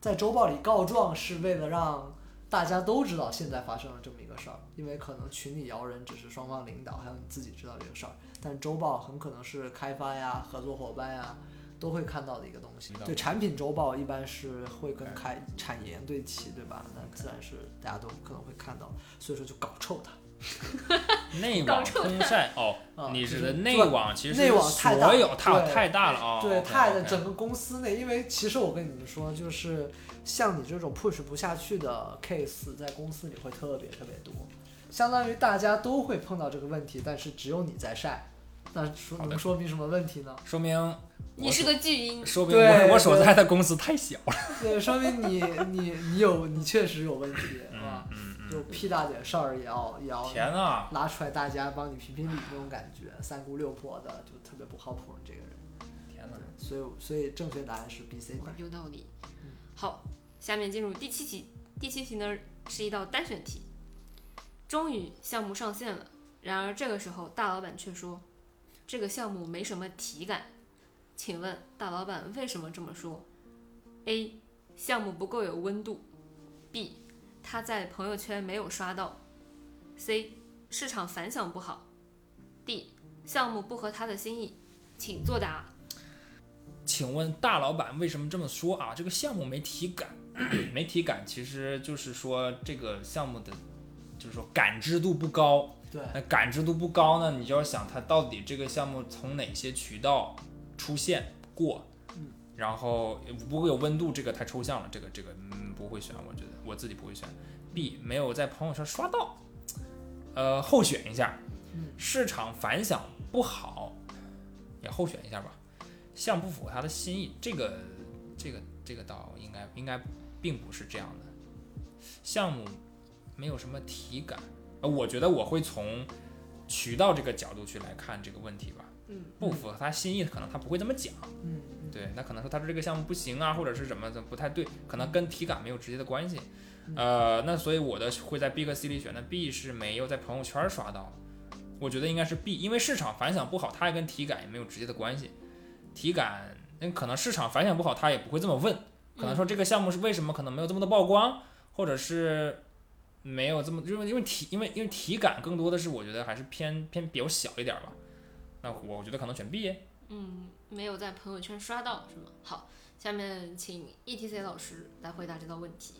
[SPEAKER 3] 在周报里告状是为了让大家都知道现在发生了这么一个事儿，因为可能群里摇人只是双方领导还有你自己知道这个事儿，但周报很可能是开发呀、合作伙伴呀、都会看到的一个东西
[SPEAKER 2] 知道。
[SPEAKER 3] 对，产品周报一般是会跟开产研对齐，对吧？那自然是大家都可能会看到，所以说就搞臭它。
[SPEAKER 2] 内
[SPEAKER 1] 搞
[SPEAKER 2] 网
[SPEAKER 1] 臭
[SPEAKER 2] 通晒哦
[SPEAKER 3] 啊，
[SPEAKER 2] 你
[SPEAKER 3] 就是
[SPEAKER 2] 指的内
[SPEAKER 3] 做
[SPEAKER 2] 网其实
[SPEAKER 3] 内网太大
[SPEAKER 2] 所有它
[SPEAKER 3] 对
[SPEAKER 2] 太大了哦，
[SPEAKER 3] 对，
[SPEAKER 2] OK，
[SPEAKER 3] 太
[SPEAKER 2] OK
[SPEAKER 3] 整个公司内，因为其实我跟你们说，就是像你这种 push 不下去的 case，在公司里会特别特别多，相当于大家都会碰到这个问题，但是只有你在晒，那说
[SPEAKER 2] 好的
[SPEAKER 3] 能说明什么问题呢？
[SPEAKER 2] 说明
[SPEAKER 1] 你是个巨婴，
[SPEAKER 2] 说明
[SPEAKER 3] 对
[SPEAKER 2] 我我所
[SPEAKER 3] 对
[SPEAKER 2] 在的公司太小了，
[SPEAKER 3] 对，说明你你你有你确实有问题，啊，
[SPEAKER 2] 嗯嗯，
[SPEAKER 3] 就屁大点事儿也要也要
[SPEAKER 2] 天啊，
[SPEAKER 3] 拉出来大家帮你评评理那种感觉，三姑六婆的就特别不靠谱，你这个人。
[SPEAKER 2] 天啊哪
[SPEAKER 3] 对，，所以所以正确答案是 B、C 答案。
[SPEAKER 1] 有道理。好，下面进入第七题。第七题呢是一道单选题。终于项目上线了，然而这个时候大老板却说，这个项目没什么体感。请问大老板为什么这么说？A. 项目不够有温度。B. 他在朋友圈没有刷到。C. 市场反响不好。D. 项目不合他的心意。请作答。
[SPEAKER 2] 请问大老板为什么这么说啊？这个项目没体感， 没体感，其实就是说这个项目的，就是说感知度不高。
[SPEAKER 3] 对，
[SPEAKER 2] 那感知度不高呢，你就要想它到底这个项目从哪些渠道出现过，
[SPEAKER 3] 嗯，
[SPEAKER 2] 然后不会有温度，这个太抽象了，这个这个嗯不会选，我觉得我自己不会选。B 没有在朋友圈刷到，呃，候选一下
[SPEAKER 3] 嗯，
[SPEAKER 2] 市场反响不好，也候选一下吧。项目不符合他的心意，这个这个这个倒应该应该并不是这样的，项目没有什么体感。呃，我觉得我会从渠道这个角度去来看这个问题吧。
[SPEAKER 1] 嗯，
[SPEAKER 2] 不符合他心意，可能他不会这么讲。
[SPEAKER 3] 嗯，嗯
[SPEAKER 2] 对，那可能说他说这个项目不行啊，或者是怎么怎么不太对，可能跟体感没有直接的关系。呃，那所以我的会在 B 和 C 里选，那 B 是没有在朋友圈刷到，我觉得应该是 B，因为市场反响不好，它也跟体感也没有直接的关系。体感，那可能市场反响不好，他也不会这么问，可能说这个项目是为什么可能没有这么多曝光，或者是没有这么，因为因为体因为因为体感更多的是我觉得还是偏偏比较小一点吧。那我我觉得可能选 B，
[SPEAKER 1] 嗯，没有在朋友圈刷到是吗？好，下面请 ETC 老师来回答这道问题。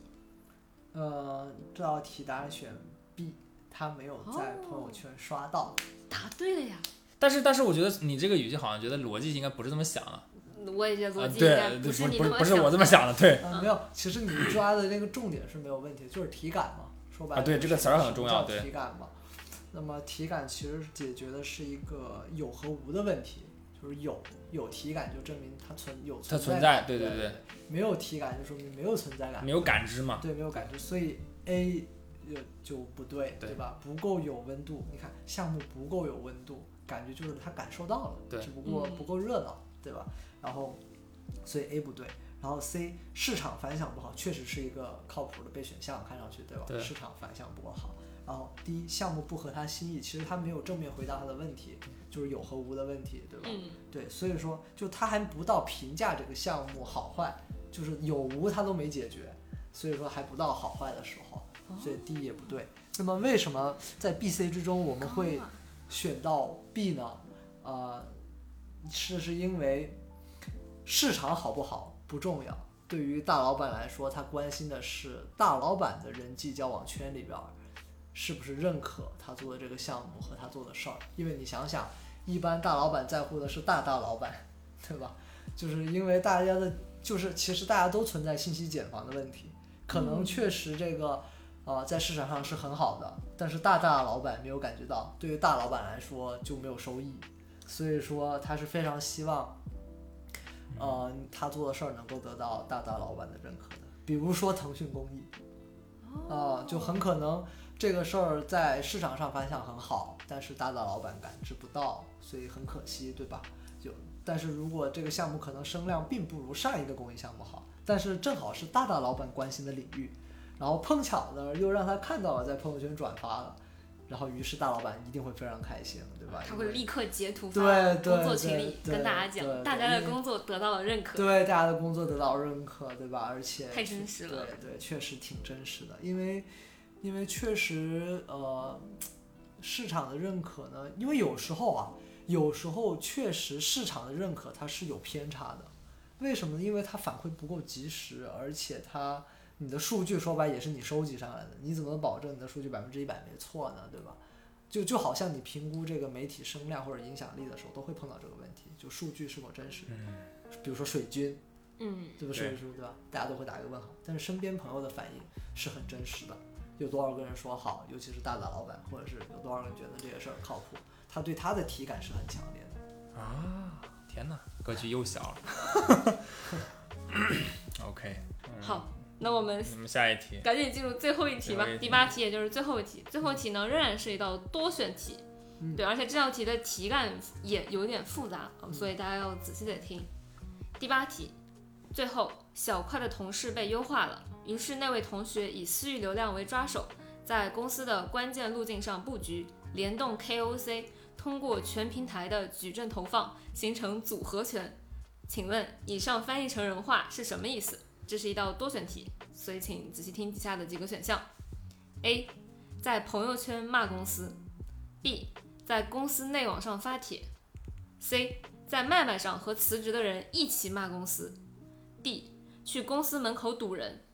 [SPEAKER 3] 呃，这道题答案选 B，他没有在朋友圈刷到。
[SPEAKER 1] 答对了呀！
[SPEAKER 2] 但是但是我觉得你这个语气好像觉得逻辑应该不是这么想啊，
[SPEAKER 1] 我也觉得
[SPEAKER 2] 啊
[SPEAKER 1] 逻辑应该
[SPEAKER 2] 对，
[SPEAKER 1] 是你
[SPEAKER 2] 不
[SPEAKER 1] 那
[SPEAKER 2] 是
[SPEAKER 1] 么
[SPEAKER 2] 不是
[SPEAKER 1] 想
[SPEAKER 2] 我这么
[SPEAKER 1] 的。
[SPEAKER 2] 想的，对
[SPEAKER 3] 呃，没有，其实你抓的那个重点是没有问题，就是体感嘛。说白了
[SPEAKER 2] 啊对
[SPEAKER 3] 就是
[SPEAKER 2] 这个词儿很重要
[SPEAKER 3] 什么叫
[SPEAKER 2] 对
[SPEAKER 3] 体感嘛。那么体感其实解决的是一个有和无的问题，就是有有体感就证明它存有
[SPEAKER 2] 它存
[SPEAKER 3] 在
[SPEAKER 2] 在，对对对，
[SPEAKER 3] 没有体感就说明没有存在感，
[SPEAKER 2] 没有感知嘛，
[SPEAKER 3] 对，没有感觉，所以 A 呃就不对，
[SPEAKER 2] 对
[SPEAKER 3] 对吧？不够有温度，你看项目不够有温度，感觉就是他感受到了，
[SPEAKER 2] 对
[SPEAKER 3] 只不过
[SPEAKER 1] 嗯
[SPEAKER 3] 不够热闹，对吧？然后所以 A 不对，然后 C 市场反响不好，确实是一个靠谱的备选项，看上去对吧？
[SPEAKER 2] 对
[SPEAKER 3] 市场反响不够好。然后第一项目不合他心意，其实他没有正面回答他的问题，就是有和无的问题，对吧？
[SPEAKER 1] 嗯，
[SPEAKER 3] 对，所以说就他还不到评价这个项目好坏，就是有无他都没解决，所以说还不到好坏的时候，所以 D 也不对。那么为什么在 B、C 之中我们会
[SPEAKER 1] 高啊
[SPEAKER 3] 选到 B 呢？呃，是是因为市场好不好不重要，对于大老板来说，他关心的是大老板的人际交往圈里边儿是不是认可他做的这个项目和他做的事儿。因为你想想，一般大老板在乎的是大大老板，对吧？就是因为大家的，就是其实大家都存在信息茧房的问题，可能确实这个。啊，在市场上是很好的，但是大大老板没有感觉到，对于大老板来说就没有收益，所以说他是非常希望，呃，他做的事儿能够得到大大老板的认可的。比如说腾讯公益，啊、就很可能这个事儿在市场上反响很好，但是大大老板感知不到，所以很可惜，对吧？就但是如果这个项目可能声量并不如上一个公益项目好，但是正好是大大老板关心的领域，然后碰巧呢又让他看到了，在朋友圈转发了，然后于是大老板一定会非常开心，对吧？
[SPEAKER 1] 他
[SPEAKER 3] 因
[SPEAKER 1] 会
[SPEAKER 3] 为
[SPEAKER 1] 立刻截图发
[SPEAKER 3] 对对
[SPEAKER 1] 工作群里
[SPEAKER 3] 对
[SPEAKER 1] 跟大家
[SPEAKER 3] 对
[SPEAKER 1] 讲，
[SPEAKER 3] 对
[SPEAKER 1] 大家的工作得到了认可。嗯
[SPEAKER 3] 对大家的工作得到认可，对吧？而且
[SPEAKER 1] 太真实了
[SPEAKER 3] 对对，确实挺真实的，因为因为确实呃，市场的认可呢，因为有时候啊，有时候确实市场的认可它是有偏差的，为什么呢？因为它反馈不够及时，而且它你的数据说白也是你收集上来的，你怎么保证你的数据百分之一百没错呢？对吧？就就好像你评估这个媒体声量或者影响力的时候，都会碰到这个问题，就数据是否真实。
[SPEAKER 2] 嗯，
[SPEAKER 3] 比如说水军，
[SPEAKER 1] 嗯，
[SPEAKER 3] 对
[SPEAKER 2] 对
[SPEAKER 3] 吧？水军对吧？大家都会打一个问号，但是身边朋友的反应是很真实的，有多少个人说好，尤其是大大老板，或者是有多少人觉得这个事儿靠谱，他对他的体感是很强烈的。
[SPEAKER 2] 啊，天哪，格局又小了。OK，
[SPEAKER 1] 好，那我们
[SPEAKER 2] 你们下一题。
[SPEAKER 1] 赶紧进入最后一题吧
[SPEAKER 2] 最后一，题
[SPEAKER 1] 第八题也就是最后一题。最后一题呢，仍然是一道多选题，
[SPEAKER 3] 嗯
[SPEAKER 1] 对，而且这道题的题干也有点复杂，呃
[SPEAKER 3] 嗯
[SPEAKER 1] 所以大家要仔细的听。第八题，最后小块的同事被优化了，于是那位同学以私域流量为抓手，在公司的关键路径上布局，联动 KOC，通过全平台的矩阵投放形成组合拳。请问以上翻译成人话是什么意思？这是一道多选题，所以请仔细听以下的几个选项：A，在朋友圈骂公司；B，在公司内网上发帖；C，在麦麦上和辞职的人一起骂公司；D，去公司门口堵人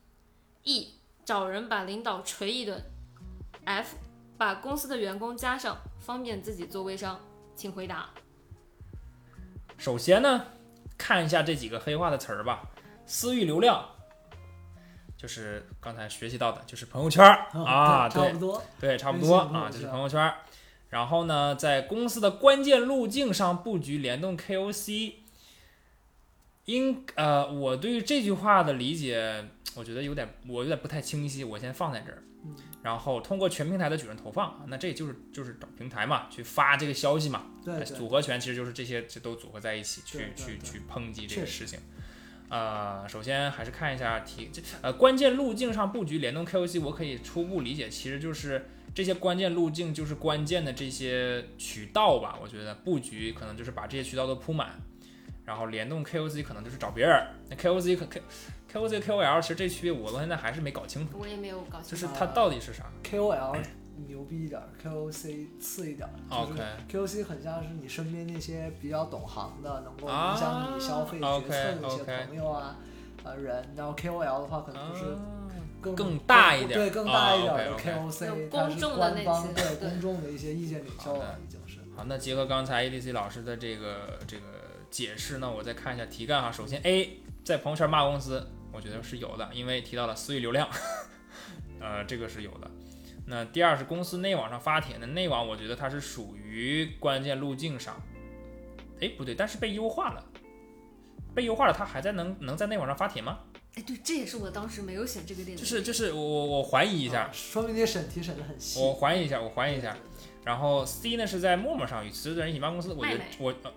[SPEAKER 1] ；E，找人把领导锤一顿；F，把公司的员工加上，方便自己做微商。请回答。
[SPEAKER 2] 首先呢，看一下这几个黑化的词儿吧。私域流量，就是刚才学习到的，就是朋友圈儿
[SPEAKER 1] 哦
[SPEAKER 2] 啊，
[SPEAKER 3] 差
[SPEAKER 2] 对
[SPEAKER 3] 不多。
[SPEAKER 2] 对，差不多
[SPEAKER 3] 微信朋友
[SPEAKER 2] 啊，
[SPEAKER 3] 圈
[SPEAKER 2] 就是朋友圈儿。然后呢，在公司的关键路径上布局联动 KOC。应呃，我对于这句话的理解，我觉得有点，我有点不太清晰，我先放在这儿。
[SPEAKER 3] 嗯
[SPEAKER 2] 然后通过全平台的矩阵投放，那这就是就是找平台嘛，去发这个消息嘛，
[SPEAKER 3] 对对，
[SPEAKER 2] 哎组合拳其实就是这些这都组合在一起
[SPEAKER 3] 对
[SPEAKER 2] 去
[SPEAKER 3] 对
[SPEAKER 2] 去
[SPEAKER 3] 对
[SPEAKER 2] 去抨击这
[SPEAKER 3] 确
[SPEAKER 2] 个
[SPEAKER 3] 实
[SPEAKER 2] 事情。呃，首先还是看一下题，这呃关键路径上布局联动 KOC，我可以初步理解，其实就是这些关键路径就是关键的这些渠道吧。我觉得布局可能就是把这些渠道都铺满，然后联动 KOC 可能就是找别人儿。那 KOC 可 K KOC KOL 其实这区别我到现在还是没搞清楚，
[SPEAKER 1] 我也没有搞
[SPEAKER 2] 就
[SPEAKER 1] 清
[SPEAKER 2] 是
[SPEAKER 1] 楚。
[SPEAKER 2] 它
[SPEAKER 3] 啊
[SPEAKER 2] 到底是啥。
[SPEAKER 3] KOL 牛逼一点儿，KOC 次一点儿。就是
[SPEAKER 2] OK
[SPEAKER 3] KOC 很像是你身边那些比较懂行的，能够影
[SPEAKER 2] 啊
[SPEAKER 3] 响你消费决策的一些朋友啊、呃人。然后 KOL 的话，可能就是
[SPEAKER 2] 啊
[SPEAKER 3] 更
[SPEAKER 2] 更大一点
[SPEAKER 3] 对，更大一点
[SPEAKER 2] 啊
[SPEAKER 3] 的
[SPEAKER 2] ，OK，OK
[SPEAKER 3] KOC，
[SPEAKER 1] 有
[SPEAKER 3] 它
[SPEAKER 1] 公
[SPEAKER 3] 是
[SPEAKER 1] 众的
[SPEAKER 3] 官
[SPEAKER 1] 那
[SPEAKER 3] 方
[SPEAKER 1] 些
[SPEAKER 3] 对
[SPEAKER 1] 对
[SPEAKER 3] 公众的一些意见领袖
[SPEAKER 2] 好
[SPEAKER 3] 了
[SPEAKER 2] 的，
[SPEAKER 3] 已经是。
[SPEAKER 2] 好，那结合刚才 ADC 老师的这个这个解释呢，我再看一下题干哈。首先 A 在朋友圈骂公司，我觉得是有的，因为提到了私域流量， 呃，这个是有的。那第二是公司内网上发帖，那内网我觉得它是属于关键路径上，哎不对，但是被优化了，被优化了，它还在能能在内网上发帖吗？
[SPEAKER 1] 哎，对，这也是我当时没有选这个列的。
[SPEAKER 2] 就是就是我我我怀疑一下哦
[SPEAKER 3] 啊，说明你审题审得很细。
[SPEAKER 2] 我怀疑一下，我怀疑一下
[SPEAKER 3] 对。对对
[SPEAKER 2] 然后 C 呢是在陌陌上与辞职的人一起骂公司，我觉得
[SPEAKER 1] 麦麦
[SPEAKER 2] 我呃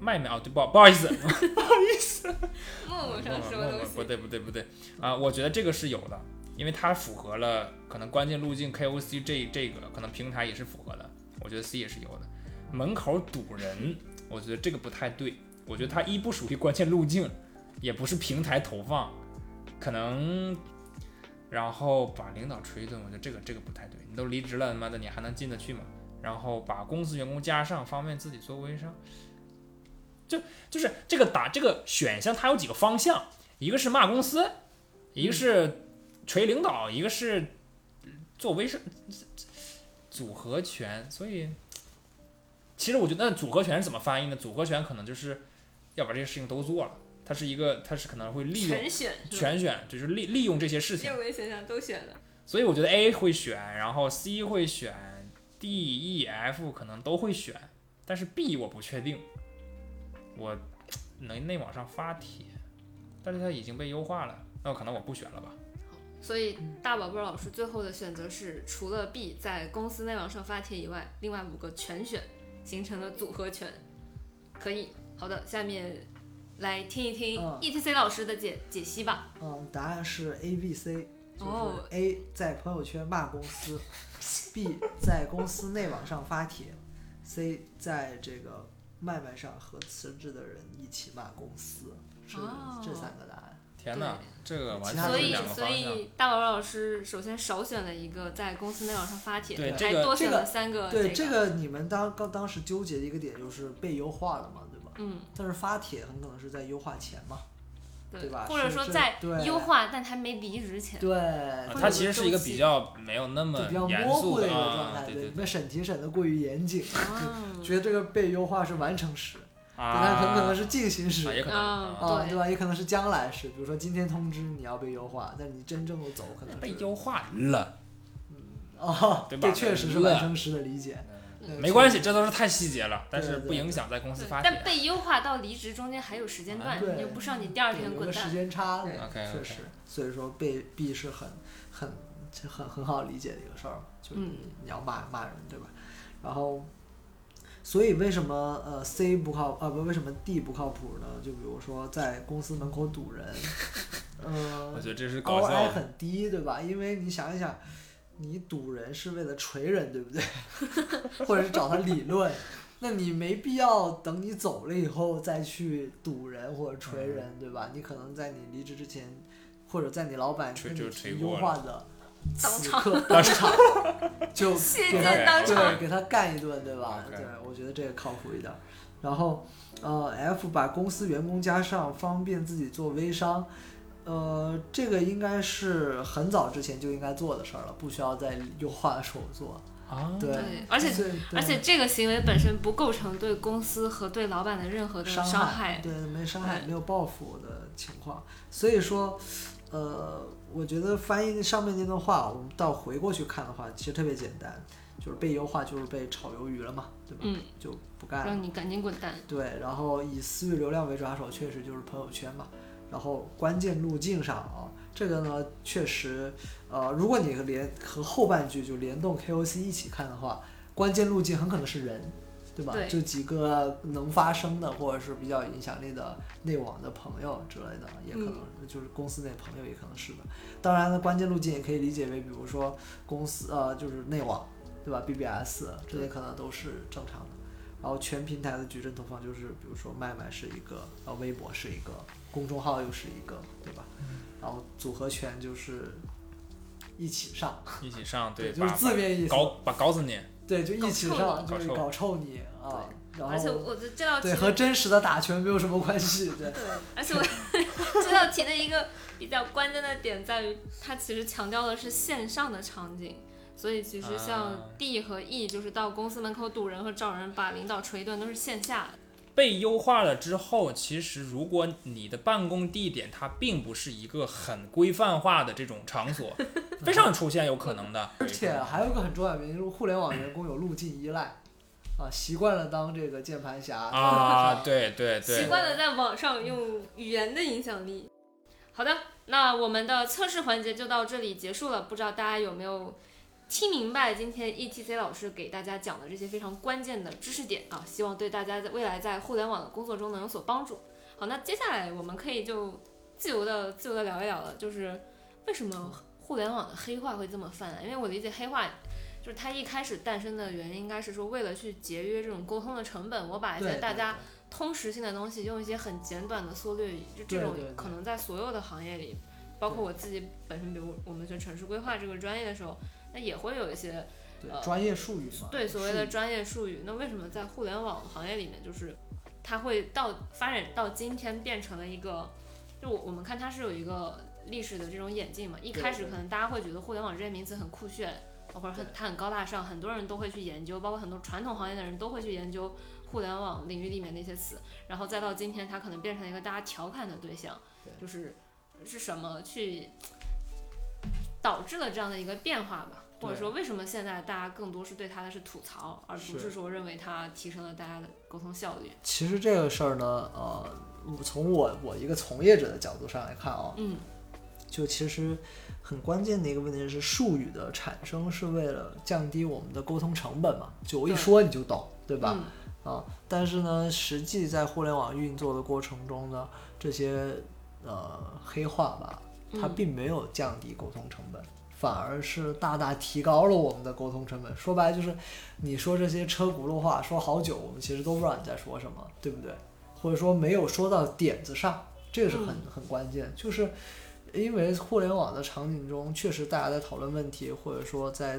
[SPEAKER 2] 麦麦啊，对不好不好 意思，
[SPEAKER 1] 陌陌上什么
[SPEAKER 2] 陌
[SPEAKER 1] 东
[SPEAKER 2] 陌
[SPEAKER 1] 西
[SPEAKER 2] 不？对不对不对啊、我觉得这个是有的，因为它符合了可能关键路径 KOC 这这个可能平台也是符合的，我觉得 C 也是有的。门口堵人，我觉得这个不太对，我觉得它一不属于关键路径，也不是平台投放，可能。然后把领导锤一顿，我觉得这个这个不太对。你都离职了，妈的你还能进得去吗？然后把公司员工加上，方便自己做微商。就就是这个打这个选项，它有几个方向，一个是骂公司，一个是锤领导，一个是做微商组合拳。所以，其实我觉得那组合拳是怎么翻译呢？组合拳可能就是要把这些事情都做了，它是一个，它是可能会利用
[SPEAKER 1] 全选是吧
[SPEAKER 2] 全选，就是利利用这些事情
[SPEAKER 1] 六。个选项都选了。
[SPEAKER 2] 所以我觉得 A 会选，然后 C 会选，D、E、F 可能都会选，但是 B 我不确定。我能内网上发帖，但是它已经被优化了，那可能我不选了吧。
[SPEAKER 1] 所以
[SPEAKER 3] 嗯
[SPEAKER 1] 大宝贝儿老师最后的选择是，除了 B 在公司内网上发帖以外，另外五个全选，形成了组合拳。可以，好的，下面来听一听
[SPEAKER 3] 嗯
[SPEAKER 1] ETC 老师的解解析吧。
[SPEAKER 3] 嗯，答案是 A、B、C，就
[SPEAKER 1] 哦
[SPEAKER 3] 是 A 在朋友圈骂公司，B 在公司内网上发帖，C 在这个麦麦上和辞职的人一起骂公司，是
[SPEAKER 1] 哦
[SPEAKER 3] 这三个答案。
[SPEAKER 2] 天哪，这个完全
[SPEAKER 3] 那
[SPEAKER 1] 所
[SPEAKER 2] 是
[SPEAKER 1] 以
[SPEAKER 2] 两个，
[SPEAKER 1] 所
[SPEAKER 2] 方向。
[SPEAKER 1] 以大宝贝儿老师首先少选了一个在公司内网上发帖，
[SPEAKER 2] 对
[SPEAKER 1] 还
[SPEAKER 2] 这个
[SPEAKER 1] 多选
[SPEAKER 3] 这
[SPEAKER 1] 了
[SPEAKER 3] 个
[SPEAKER 1] 三个、
[SPEAKER 3] 对，
[SPEAKER 1] 呃这
[SPEAKER 3] 这，个你们当刚当时纠结的一个点就是被优化了嘛，对吧？
[SPEAKER 1] 嗯
[SPEAKER 3] 但是发帖很可能是在优化前嘛，对吧
[SPEAKER 1] 或者
[SPEAKER 3] 是
[SPEAKER 1] 说
[SPEAKER 3] 这
[SPEAKER 1] 在
[SPEAKER 3] 对
[SPEAKER 1] 优化但还没离职前，
[SPEAKER 3] 对
[SPEAKER 2] 啊，
[SPEAKER 3] 会
[SPEAKER 2] 它
[SPEAKER 3] 有
[SPEAKER 2] 其实是一个比较没有那么
[SPEAKER 3] 就比较
[SPEAKER 2] 严
[SPEAKER 3] 模
[SPEAKER 2] 肃
[SPEAKER 3] 糊的一个
[SPEAKER 2] 啊，
[SPEAKER 3] 状态，
[SPEAKER 2] 对
[SPEAKER 3] 对，
[SPEAKER 2] 对
[SPEAKER 3] 被审题审得过于严谨，
[SPEAKER 1] 嗯，
[SPEAKER 3] 觉得这个被优化是完成时，但它
[SPEAKER 2] 啊，
[SPEAKER 3] 很可能是进行时
[SPEAKER 2] 啊，也可能
[SPEAKER 1] 嗯
[SPEAKER 2] 啊
[SPEAKER 3] 啊，
[SPEAKER 1] 对
[SPEAKER 3] 对吧？也可能是将来时，比如说今天通知你要被优化，但你真正的走可能是
[SPEAKER 2] 被优化了，
[SPEAKER 3] 哦，
[SPEAKER 2] 对吧嗯
[SPEAKER 3] 这确实是完成时的理解，对
[SPEAKER 2] 没关系，这都是太细节了，但是
[SPEAKER 3] 对对
[SPEAKER 2] 不影响在公司
[SPEAKER 1] 对
[SPEAKER 2] 发
[SPEAKER 1] 但
[SPEAKER 2] 帖。
[SPEAKER 1] 被优化到离职中间还有时间段，
[SPEAKER 3] 对
[SPEAKER 1] 你又不上你第二
[SPEAKER 3] 啊对
[SPEAKER 1] 天
[SPEAKER 3] 有
[SPEAKER 1] 滚
[SPEAKER 3] 个时
[SPEAKER 1] 蛋。
[SPEAKER 3] 间差的
[SPEAKER 1] 对
[SPEAKER 2] OK，OK
[SPEAKER 3] 确实，所以说被 B 是很很很很好理解的一个事儿，就是
[SPEAKER 1] 嗯
[SPEAKER 3] 你要骂骂人对吧？然后，所以为什么呃 C 不靠啊不为什么 D 不靠谱呢？就比如说在公司门口 堵人，嗯、
[SPEAKER 2] 我觉得这是搞
[SPEAKER 3] ROI
[SPEAKER 2] 笑，
[SPEAKER 3] 很低，对吧？因为你想一想，你堵人是为了锤人，对不 对？或者是找他理论，那你没必要等你走了以后再去堵人或者
[SPEAKER 2] 嗯
[SPEAKER 3] 锤人，对吧？你可能在你离职之前，或者在你老板
[SPEAKER 2] 锤
[SPEAKER 3] 跟你
[SPEAKER 2] 就锤
[SPEAKER 3] 提优
[SPEAKER 2] 过
[SPEAKER 3] 化的
[SPEAKER 1] 当
[SPEAKER 3] 此
[SPEAKER 1] 场
[SPEAKER 3] 刻当场 就
[SPEAKER 1] 谢
[SPEAKER 3] 给
[SPEAKER 2] 对
[SPEAKER 3] 他
[SPEAKER 1] 剑当场，
[SPEAKER 3] 对，给他干一顿，对吧
[SPEAKER 2] OK
[SPEAKER 3] 对，我觉得这个靠谱一点。然后，呃，F 把公司员工加上，方便自己做微商，呃，这个应该是很早之前就应该做的事儿了，不需要在优化的时候做。
[SPEAKER 2] 啊，
[SPEAKER 3] 对，
[SPEAKER 1] 对，而且
[SPEAKER 3] 对
[SPEAKER 1] 而且这个行为本身不构成对公司和对老板的任何的
[SPEAKER 3] 对
[SPEAKER 1] 伤
[SPEAKER 3] 伤
[SPEAKER 1] 害。
[SPEAKER 3] 对，没伤害，
[SPEAKER 1] 对
[SPEAKER 3] 没有报复的情况。所以说，呃，我觉得翻译上面那段话，我们倒回过去看的话，其实特别简单，就是被优化就是被炒鱿鱼了嘛，对吧？
[SPEAKER 1] 嗯，
[SPEAKER 3] 就不干了。
[SPEAKER 1] 让你赶紧滚蛋。
[SPEAKER 3] 对，然后以私域流量为抓手，确实就是朋友圈嘛。然后关键路径上啊，这个呢确实，呃，如果你连和后半句就联动 KOC 一起看的话，关键路径很可能是人，对吧？
[SPEAKER 1] 对
[SPEAKER 3] 就几个能发声的或者是比较有影响力的内网的朋友之类的，也
[SPEAKER 2] 嗯
[SPEAKER 3] 可能、就是公司内朋友也可能是的。当然呢，关键路径也可以理解为，比如说公司呃就是内网，对吧？BBS 这些可能都是正常的。然后全平台的矩阵投放就是，比如说麦麦是一个，呃，微博是一个，公众号又是一个，对吧？
[SPEAKER 2] 嗯
[SPEAKER 3] 然后组合拳就是一起上，
[SPEAKER 2] 一起上对，
[SPEAKER 3] 就是
[SPEAKER 2] 把
[SPEAKER 3] 字面意思，
[SPEAKER 2] 搞把稿子你，
[SPEAKER 3] 对，就一起上，
[SPEAKER 2] 搞臭你
[SPEAKER 3] 就是搞臭你啊。然
[SPEAKER 1] 而且
[SPEAKER 3] 后
[SPEAKER 1] 我的这道题
[SPEAKER 3] 对，和真实的打拳没有什么关系，对，
[SPEAKER 1] 对，而 且我这道题的一个比较关键的点在于，它其实强调的是线上的场景，所以其实
[SPEAKER 2] 啊
[SPEAKER 1] 像 D 和 E 就是到公司门口堵人和找人把领导锤一顿都是线下的。
[SPEAKER 2] 被优化了之后，其实如果你的办公地点它并不是一个很规范化的这种场所， 非常出现有可能的。
[SPEAKER 3] 而且还有一个很重要的原因，就是互联网员工有路径依赖，啊，习惯了当这个键盘侠
[SPEAKER 2] 啊， 对对
[SPEAKER 1] 习
[SPEAKER 2] 对，
[SPEAKER 1] 惯了在网上用语言的影响力。好的，那我们的测试环节就到这里结束了。不知道大家有没有听明白今天 ETC 老师给大家讲的这些非常关键的知识点啊？希望对大家在未来在互联网的工作中能有所帮助。好，那接下来我们可以就自由的自由的聊一聊了，就是为什么互联网的黑化会这么泛滥？啊因为我理解黑化。就是它一开始诞生的原因，应该是说为了去节约这种沟通的成本，我把一
[SPEAKER 3] 对
[SPEAKER 1] 些大家
[SPEAKER 3] 对
[SPEAKER 1] 通识性的东西，用一些很简短的缩略语，就这种
[SPEAKER 3] 对对对
[SPEAKER 1] 可能在所有的行业里，包括我自己本身，比如我们学城市规划这个专业的时候，那也会有一些
[SPEAKER 3] 对
[SPEAKER 1] 呃
[SPEAKER 3] 对专业术语嘛，
[SPEAKER 1] 对所谓
[SPEAKER 3] 术
[SPEAKER 1] 的
[SPEAKER 3] 语
[SPEAKER 1] 专业术语。那为什么在互联网行业里面，就是它会到发展到今天变成了一个，就我我们看它是有一个历史的这种演进嘛。一
[SPEAKER 3] 对
[SPEAKER 1] 开始
[SPEAKER 3] 对
[SPEAKER 1] 可能大家会觉得互联网这些名词很酷炫，或者很
[SPEAKER 3] 对
[SPEAKER 1] 它很高大上，很多人都会去研究，包括很多传统行业的人都会去研究互联网领域里面的一些词。然后再到今天，它可能变成一个大家调侃的对象，
[SPEAKER 3] 对
[SPEAKER 1] 就是是什么去导致了这样的一个变化吧？或者
[SPEAKER 3] 对
[SPEAKER 1] 说，为什么现在大家更多是对它的是吐槽，而不是
[SPEAKER 3] 是
[SPEAKER 1] 说认为它提升了大家的沟通效率？
[SPEAKER 3] 其实这个事儿呢，呃，我从我我一个从业者的角度上来看啊，
[SPEAKER 1] 嗯，
[SPEAKER 3] 就其实很关键的一个问题是，术语的产生是为了降低我们的沟通成本嘛，就我一
[SPEAKER 1] 对嗯
[SPEAKER 3] 说你就懂，对
[SPEAKER 1] 对
[SPEAKER 3] 吧？？啊，但是呢，实际在互联网运作的过程中呢，这些呃黑话吧，它
[SPEAKER 1] 嗯
[SPEAKER 3] 并没有降低沟通成本，反而是大大提高了我们的沟通成本。说白了就是，你说这些车轱辘话说好久，我们其实都不知道你在说什么，对不对？或者说没有说到点子上，这个是很很关键，就是。因为互联网的场景中，确实大家在讨论问题，或者说在，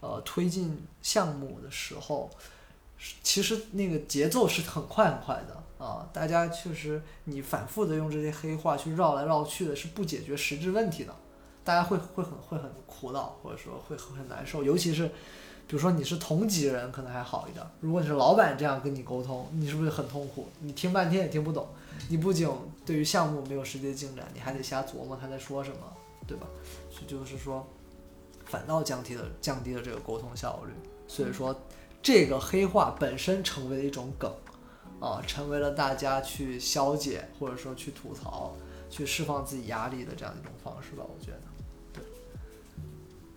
[SPEAKER 3] 呃，推进项目的时候，是其实那个节奏是很快很快的啊。大家确实，你反复的用这些黑话去绕来绕去的，是不解决实质问题的。大家会会很会很苦恼，或者说会很很难受。尤其是，比如说你是同级人，可能还好一点。如果你是老板这样跟你沟通，你是不是很痛苦？你听半天也听不懂，你不仅对于项目没有实际的进展，你还得瞎琢磨他在说什么，对吧？所以就是说，反倒降低了降低了这个沟通效率。所以说，这个黑话本身成为了一种梗，啊，成为了大家去消解或者说去吐槽、去释放自己压力的这样一种方式吧。我觉得。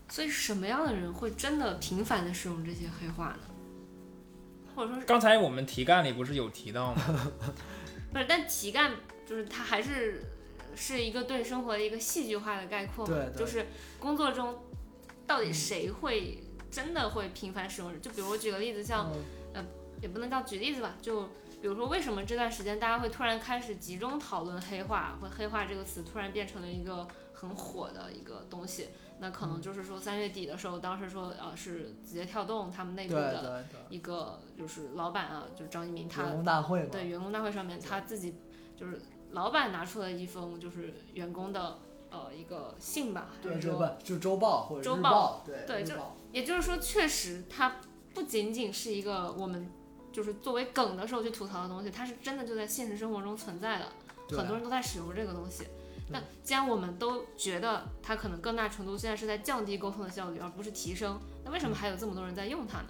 [SPEAKER 1] 所以什么样的人会真的频繁的使用这些黑话呢？或者说是
[SPEAKER 2] 刚才我们题干里不是有提到吗？
[SPEAKER 1] 不是？但题干就是它还是是一个对生活的一个戏剧化的概括嘛，
[SPEAKER 3] 对对
[SPEAKER 1] 哦就是工作中到底谁会真的会频繁使用？就比如我举个例子，像
[SPEAKER 3] 嗯
[SPEAKER 1] 也不能叫举例子吧，就比如说为什么这段时间大家会突然开始集中讨论黑化，或黑化这个词突然变成了一个很火的一个东西？那可
[SPEAKER 3] 嗯
[SPEAKER 1] 能就是说三月底的时候，当时说呃是字节跳动他们内部
[SPEAKER 3] 对
[SPEAKER 1] 的
[SPEAKER 3] 对
[SPEAKER 1] 一个就是老板啊，就是张一鸣
[SPEAKER 3] 对，
[SPEAKER 1] 他
[SPEAKER 3] 员工大会嘛，
[SPEAKER 1] 对员工大会上面他自己就是老板拿出了一封就是员工的呃一个信吧，还
[SPEAKER 3] 对
[SPEAKER 1] 是
[SPEAKER 3] 对
[SPEAKER 1] 说
[SPEAKER 3] 不就周报或者
[SPEAKER 1] 周
[SPEAKER 3] 日
[SPEAKER 1] 报
[SPEAKER 3] 对
[SPEAKER 1] 对
[SPEAKER 3] 日
[SPEAKER 1] 就
[SPEAKER 3] 报
[SPEAKER 1] 也就是说，确实它不仅仅是一个我们就是作为梗的时候去吐槽的东西，它是真的就在现实生活中存在的，
[SPEAKER 3] 对啊
[SPEAKER 1] 很多人都在使用这个东西。
[SPEAKER 3] 对
[SPEAKER 1] 那既然我们都觉得它可能更大程度现在是在降低沟通的效率，而不是提升，那为什么还有这么多人在用它呢？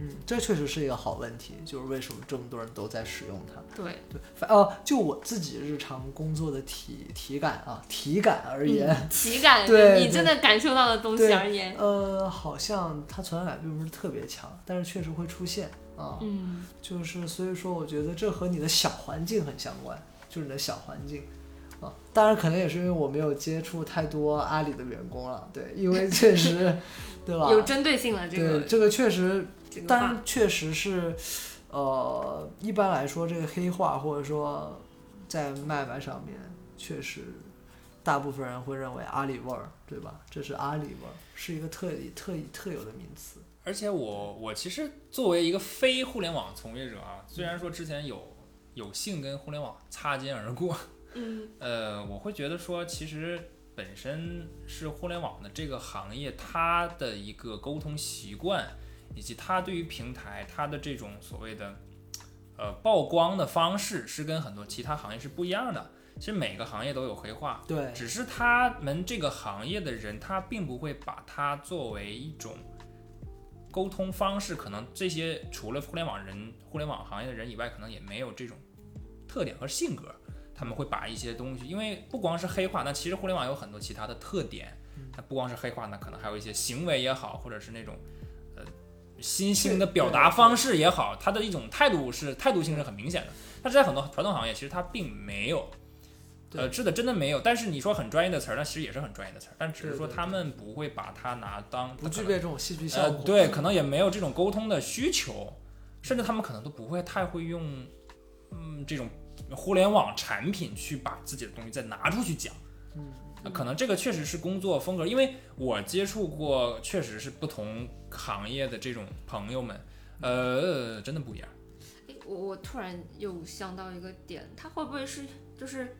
[SPEAKER 3] 嗯，这确实是一个好问题，就是为什么这么多人都在使用它。
[SPEAKER 1] 对，
[SPEAKER 3] 对，反呃，就我自己日常工作的体体感啊，体感而言，
[SPEAKER 1] 嗯体感，
[SPEAKER 3] 对
[SPEAKER 1] 你真的感受到的东西
[SPEAKER 3] 对
[SPEAKER 1] 而言，
[SPEAKER 3] 呃，好像它传染并不是特别强，但是确实会出现啊。
[SPEAKER 1] 嗯，
[SPEAKER 3] 就是所以说，我觉得这和你的小环境很相关，就是你的小环境。啊，当然可能也是因为我没有接触太多阿里的员工了，对，因为确实， 对吧？
[SPEAKER 1] 有针对性了这
[SPEAKER 3] 对
[SPEAKER 1] 个
[SPEAKER 3] 这个确实
[SPEAKER 1] 这个话
[SPEAKER 3] 但确实是，呃，一般来说，这个黑化或者说在麦麦上面，确实大部分人会认为阿里味儿，对吧？这是阿里味儿，是一个特意特意特有的名词。
[SPEAKER 2] 而且我我其实作为一个非互联网从业者啊，虽然说之前有有幸跟互联网擦肩而过，
[SPEAKER 1] 嗯
[SPEAKER 2] 呃，我会觉得说，其实本身是互联网的这个行业，它的一个沟通习惯，以及它对于平台它的这种所谓的呃曝光的方式，是跟很多其他行业是不一样的。其实每个行业都有黑话，
[SPEAKER 3] 对
[SPEAKER 2] 只是他们这个行业的人，他并不会把它作为一种沟通方式。可能这些除了互联网人、互联网行业的人以外，可能也没有这种特点和性格。他们会把一些东西，因为不光是黑化，那其实互联网有很多其他的特点
[SPEAKER 3] 嗯。
[SPEAKER 2] 它不光是黑化，那可能还有一些行为也好，或者是那种呃新兴的表达方式也好，它的一种态度是态度性是很明显的。但是在很多传统行业，其实它并没有。
[SPEAKER 3] 对
[SPEAKER 2] 呃，是的，真的没有。但是你说很专业的词儿，那其实也是很专业的词儿，但只是说
[SPEAKER 3] 对对对
[SPEAKER 2] 他们不会把它拿当
[SPEAKER 3] 不具
[SPEAKER 2] 它可
[SPEAKER 3] 备
[SPEAKER 2] 能
[SPEAKER 3] 这种戏剧效
[SPEAKER 2] 呃，
[SPEAKER 3] 果。
[SPEAKER 2] 对，可能也没有这种沟通的需求，甚至他们可能都不会太会用，嗯，这种互联网产品去把自己的东西再拿出去讲。
[SPEAKER 3] 嗯，
[SPEAKER 2] 呃可能这个确实是工作风格，因为我接触过，确实是不同行业的这种朋友们，呃，真的不一样。
[SPEAKER 1] 诶我我突然又想到一个点，它会不会是就是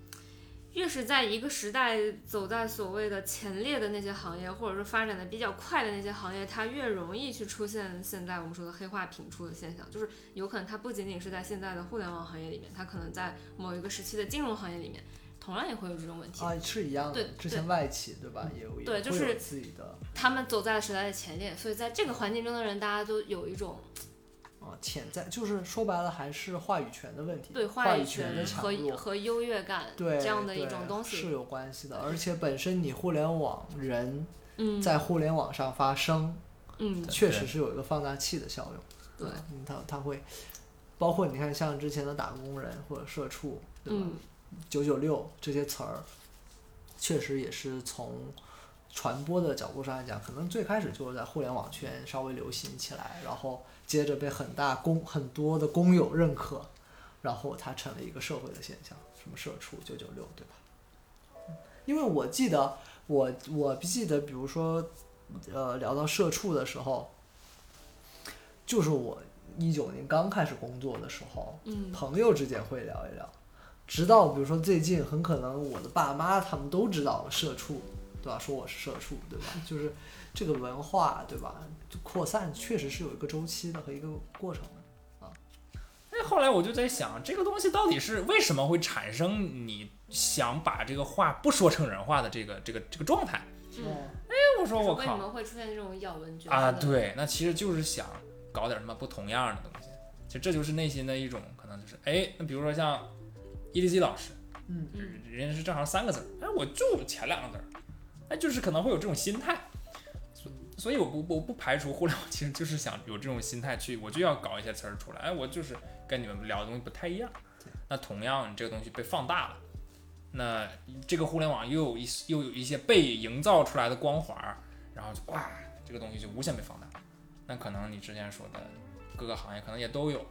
[SPEAKER 1] 越是在一个时代走在所谓的前列的那些行业，或者说发展的比较快的那些行业，它越容易去出现现在我们说的黑化频出的现象，就是有可能它不仅仅是在现在的互联网行业里面，它可能在某一个时期的金融行业里面，同样也会有这种问题。
[SPEAKER 3] 啊，是一样的
[SPEAKER 1] 对。
[SPEAKER 3] 之前外企对吧，也有也
[SPEAKER 1] 对就
[SPEAKER 3] 会有
[SPEAKER 1] 是
[SPEAKER 3] 自己的
[SPEAKER 1] 他们走在了时代的前列，所以在这个环境中的人，大家都有一种
[SPEAKER 3] 啊潜在，就是说白了还是话语权的问题，
[SPEAKER 1] 对
[SPEAKER 3] 话
[SPEAKER 1] 语
[SPEAKER 3] 权
[SPEAKER 1] 权
[SPEAKER 3] 的
[SPEAKER 1] 和
[SPEAKER 3] 强弱。
[SPEAKER 1] 和优越感
[SPEAKER 3] 对
[SPEAKER 1] 这样的一
[SPEAKER 3] 对
[SPEAKER 1] 种东西。
[SPEAKER 3] 是有关系的，而且本身你互联网人
[SPEAKER 1] 嗯
[SPEAKER 3] 在互联网上发声，
[SPEAKER 1] 嗯，
[SPEAKER 3] 确实是有一个放大器的效用。
[SPEAKER 1] 对，
[SPEAKER 3] 嗯，它它会包括你看像之前的打工人或者社畜，对吧
[SPEAKER 1] 嗯。
[SPEAKER 3] 九九六这些词儿，确实也是从传播的角度上来讲，可能最开始就是在互联网圈稍微流行起来，然后接着被很大公很多的工友认可，然后它成了一个社会的现象，什么社畜九九六，对吧？因为我记得我我记得，比如说呃聊到社畜的时候，就是我一九年刚开始工作的时候，
[SPEAKER 1] 嗯
[SPEAKER 3] 朋友之间会聊一聊，直到比如说最近，很可能我的爸妈他们都知道了社畜，对吧？说我是社畜， 对吧？就是这个文化，对吧？就扩散确实是有一个周期的和一个过程的。
[SPEAKER 2] 那后来我就在想，这个东西到底是为什么会产生你想把这个话不说成人话的这个这个这个状态？
[SPEAKER 1] 嗯，
[SPEAKER 2] 哎，我说我
[SPEAKER 1] 为什
[SPEAKER 2] 靠
[SPEAKER 1] 么会出现这种咬文嚼字
[SPEAKER 2] 啊！
[SPEAKER 1] 的，
[SPEAKER 2] 对，那其实就是想搞点什么不同样的东西，其实这就是内心的一种可能，就是哎，那比如说像 EDC 老师，
[SPEAKER 3] 嗯
[SPEAKER 1] 嗯
[SPEAKER 2] 人家是正好三个字儿，哎，我就前两个字儿，哎，就是可能会有这种心态，所所以我不我不排除互联网其实就是想有这种心态去，我就要搞一些词儿出来，哎，我就是跟你们聊的东西不太一样
[SPEAKER 3] 对。
[SPEAKER 2] 那同样，你这个东西被放大了，那这个互联网又有一又有一些被营造出来的光环儿，然后就哇，这个东西就无限被放大。那可能你之前说的各个行业可能也都有，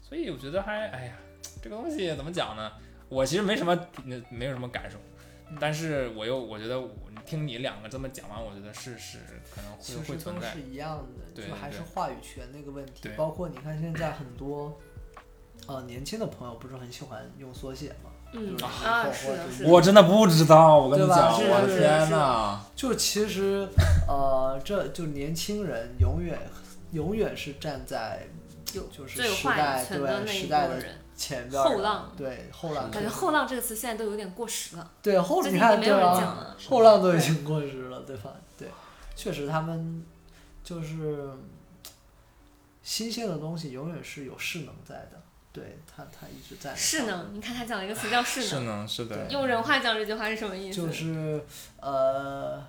[SPEAKER 2] 所以我觉得还哎呀，这个东西怎么讲呢？我其实没什么，嗯没有什么感受
[SPEAKER 3] 嗯，
[SPEAKER 2] 但是我又我觉得我听你两个这么讲完，我觉得是是可能
[SPEAKER 3] 其
[SPEAKER 2] 会
[SPEAKER 3] 实
[SPEAKER 2] 会
[SPEAKER 3] 都
[SPEAKER 2] 存在
[SPEAKER 3] 是，一样的，
[SPEAKER 2] 对
[SPEAKER 3] 就
[SPEAKER 2] 对
[SPEAKER 3] 还是
[SPEAKER 2] 对
[SPEAKER 3] 话语权那个问题
[SPEAKER 2] 对。
[SPEAKER 3] 包括你看现在很 多，呃，年轻的朋友不是很喜欢用缩写吗？
[SPEAKER 1] 嗯
[SPEAKER 3] 就是
[SPEAKER 1] 啊，
[SPEAKER 3] 火
[SPEAKER 1] 是
[SPEAKER 3] 火
[SPEAKER 1] 的，
[SPEAKER 3] 就是
[SPEAKER 1] 的，
[SPEAKER 2] 我真的不知道，我跟你
[SPEAKER 3] 对吧
[SPEAKER 2] 讲，
[SPEAKER 3] 是
[SPEAKER 2] 我的
[SPEAKER 1] 是
[SPEAKER 2] 天
[SPEAKER 1] 是
[SPEAKER 2] 呐，
[SPEAKER 3] 就其实，呃，这就年轻人永远永远是站在
[SPEAKER 1] 有
[SPEAKER 3] 就是
[SPEAKER 1] 最有
[SPEAKER 3] 时
[SPEAKER 1] 话
[SPEAKER 3] 代
[SPEAKER 1] 语权的
[SPEAKER 3] 对
[SPEAKER 1] 那一
[SPEAKER 3] 时
[SPEAKER 1] 波
[SPEAKER 3] 代的
[SPEAKER 1] 人，
[SPEAKER 3] 前边儿
[SPEAKER 1] 后浪，
[SPEAKER 3] 对后浪
[SPEAKER 1] 感觉后浪这个词现在都有点过时了，
[SPEAKER 3] 对后
[SPEAKER 1] 最
[SPEAKER 3] 你
[SPEAKER 1] 近
[SPEAKER 3] 看
[SPEAKER 1] 已经没有
[SPEAKER 3] 对
[SPEAKER 1] 人
[SPEAKER 3] 啊，
[SPEAKER 1] 讲了，
[SPEAKER 3] 后浪都已经过时了，对吧？对，确实他们就是新鲜的东西永远是有势能在的，对他他一直在
[SPEAKER 1] 势能，你看他讲了一个词叫势能，
[SPEAKER 2] 呢，是
[SPEAKER 3] 对
[SPEAKER 1] 用人话讲这句话是什么意思？
[SPEAKER 3] 就是呃，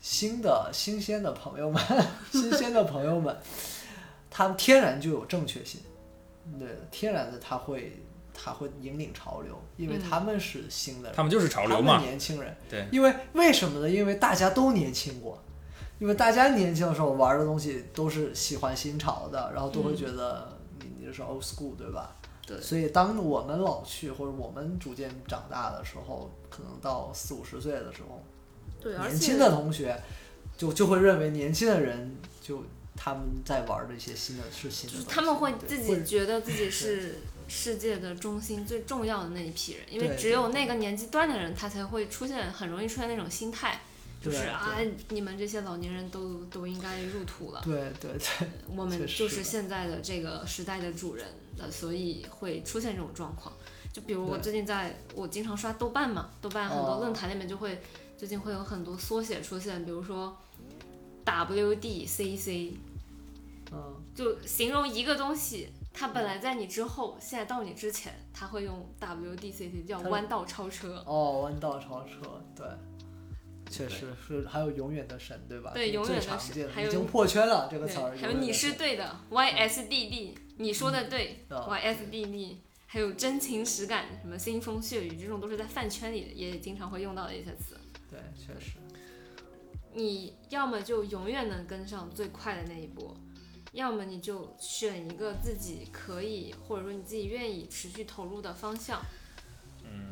[SPEAKER 3] 新的新鲜的朋友们， 新鲜的朋友们，他们天然就有正确性，对，天然的他会他会引领潮流，因为
[SPEAKER 1] 嗯
[SPEAKER 3] 他们是新的人，
[SPEAKER 2] 他们就是潮流
[SPEAKER 3] 他
[SPEAKER 2] 嘛
[SPEAKER 3] 们，年轻人，
[SPEAKER 2] 对，
[SPEAKER 3] 因为为什么呢？因为大家都年轻过。因为大家年轻的时候玩的东西都是喜欢新潮的，然后都会
[SPEAKER 1] 嗯
[SPEAKER 3] 觉得你你是 old school 对吧？
[SPEAKER 1] 对
[SPEAKER 3] 所以当我们老去或者我们逐渐长大的时候，可能到四五十岁的时候，
[SPEAKER 1] 对，而
[SPEAKER 3] 年
[SPEAKER 1] 且
[SPEAKER 3] 轻的同学就就会认为年轻的人就他们在玩的一些新的是新的
[SPEAKER 1] 就是
[SPEAKER 3] 东西，
[SPEAKER 1] 他们会
[SPEAKER 3] 对
[SPEAKER 1] 自
[SPEAKER 3] 或
[SPEAKER 1] 己
[SPEAKER 3] 者
[SPEAKER 1] 觉得自己是世界的中心最重要的那一批人，因为
[SPEAKER 3] 对
[SPEAKER 1] 只有那个年纪段的人，他才会出现很容易出现那种心态，就
[SPEAKER 3] 对
[SPEAKER 1] 是啊
[SPEAKER 3] 对，
[SPEAKER 1] 你们这些老年人都都应该入土了，
[SPEAKER 3] 对对对
[SPEAKER 1] 我们
[SPEAKER 3] 确实
[SPEAKER 1] 就是是
[SPEAKER 3] 的
[SPEAKER 1] 现在的这个时代的主人的，所以会出现这种状况。就比如我
[SPEAKER 3] 对
[SPEAKER 1] 最近在，我经常刷豆瓣嘛，豆瓣很
[SPEAKER 3] 哦
[SPEAKER 1] 多论坛里面就会、最近会有很多缩写出现，比如说 WDCC，
[SPEAKER 3] 嗯
[SPEAKER 1] 就形容一个东西，它本来在你之后，现在到你之前，它会用 WDCC 叫
[SPEAKER 3] 它
[SPEAKER 1] 弯道超车。
[SPEAKER 3] 哦弯道超车对。确实是，还有永远的神，对吧？
[SPEAKER 1] 对
[SPEAKER 3] 这是
[SPEAKER 1] 永远的
[SPEAKER 3] 最常
[SPEAKER 1] 神
[SPEAKER 3] 见
[SPEAKER 1] 还
[SPEAKER 3] 已
[SPEAKER 1] 有
[SPEAKER 3] 经破圈了这个
[SPEAKER 1] 对
[SPEAKER 3] 词儿。，
[SPEAKER 1] 还有
[SPEAKER 3] 永远
[SPEAKER 1] 你
[SPEAKER 3] 的
[SPEAKER 1] 是
[SPEAKER 3] 神
[SPEAKER 1] 对的，YSDD，你说的对
[SPEAKER 3] 啊
[SPEAKER 1] ，YSDD，还有真情实感，什么腥风血雨，这种都是在饭圈里也经常会用到的一些词。
[SPEAKER 3] 对，确实，
[SPEAKER 1] 你要么就永远能跟上最快的那一波，要么你就选一个自己可以或者说你自己愿意持续投入的方向。
[SPEAKER 2] 嗯，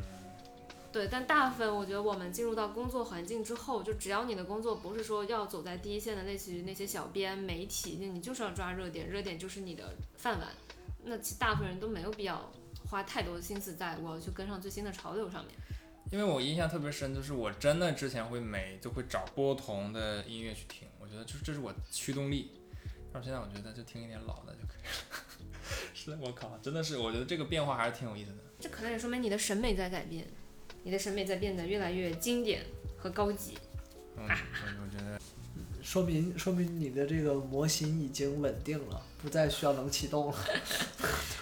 [SPEAKER 1] 对，但大部分我觉得我们进入到工作环境之后，就只要你的工作不是说要走在第一线的，类似于那些小编、媒体，那你就是要抓热点，热点就是你的饭碗。那其实大部分人都没有必要花太多的心思在我要去跟上最新的潮流上面。
[SPEAKER 2] 因为我印象特别深，就是我真的之前会每就会找不同的音乐去听，我觉得就是这是我驱动力。但是现在我觉得就听一点老的就可以了。 是我靠，真的是我觉得这个变化还是挺有意思的。
[SPEAKER 1] 这可能也说明你的审美在改变，你的审美在变得越来越经典和高级。
[SPEAKER 2] 嗯，我我觉得
[SPEAKER 3] 说明说明你的这个模型已经稳定了，不再需要冷启动 了，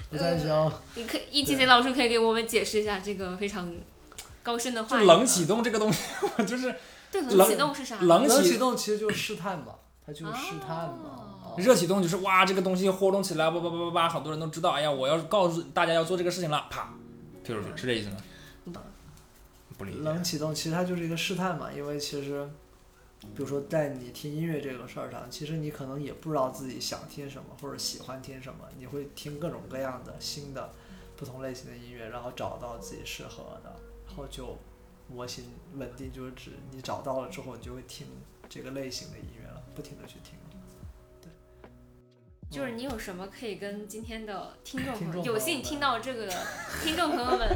[SPEAKER 3] 不再需要
[SPEAKER 1] 你可 E T C 老师可以给我们解释一下这个非常高深的
[SPEAKER 2] 就
[SPEAKER 1] 话语吗。
[SPEAKER 2] 冷启动这个东西， 我就是
[SPEAKER 1] 对
[SPEAKER 2] 冷
[SPEAKER 1] 冷启动是啥？
[SPEAKER 2] 冷
[SPEAKER 3] 啊冷
[SPEAKER 2] 启
[SPEAKER 3] 启动其实就是试探嘛，它就是试探嘛
[SPEAKER 1] 哦。
[SPEAKER 3] 啊
[SPEAKER 2] 热启动就是哇，这个东西活动起来，叭叭叭叭叭，好多人都知道，哎呀，我要告诉大家要做这个事情了，啪，推出去，是这意思吗？不理解。
[SPEAKER 3] 冷启动其实它就是一个试探嘛，因为其实，比如说在你听音乐这个事儿上，其实你可能也不知道自己想听什么或者喜欢听什么，你会听各种各样的新的、不同类型的音乐，然后找到自己适合的，然后就模型稳定，就是指你找到了之后，你就会听这个类型的音乐了，不停的去听。
[SPEAKER 1] 就是你有什么可以跟今天的听众
[SPEAKER 3] 听
[SPEAKER 1] 朋友，有
[SPEAKER 3] 众朋友
[SPEAKER 1] 幸
[SPEAKER 3] 们
[SPEAKER 1] 听到 这个的听众朋友们，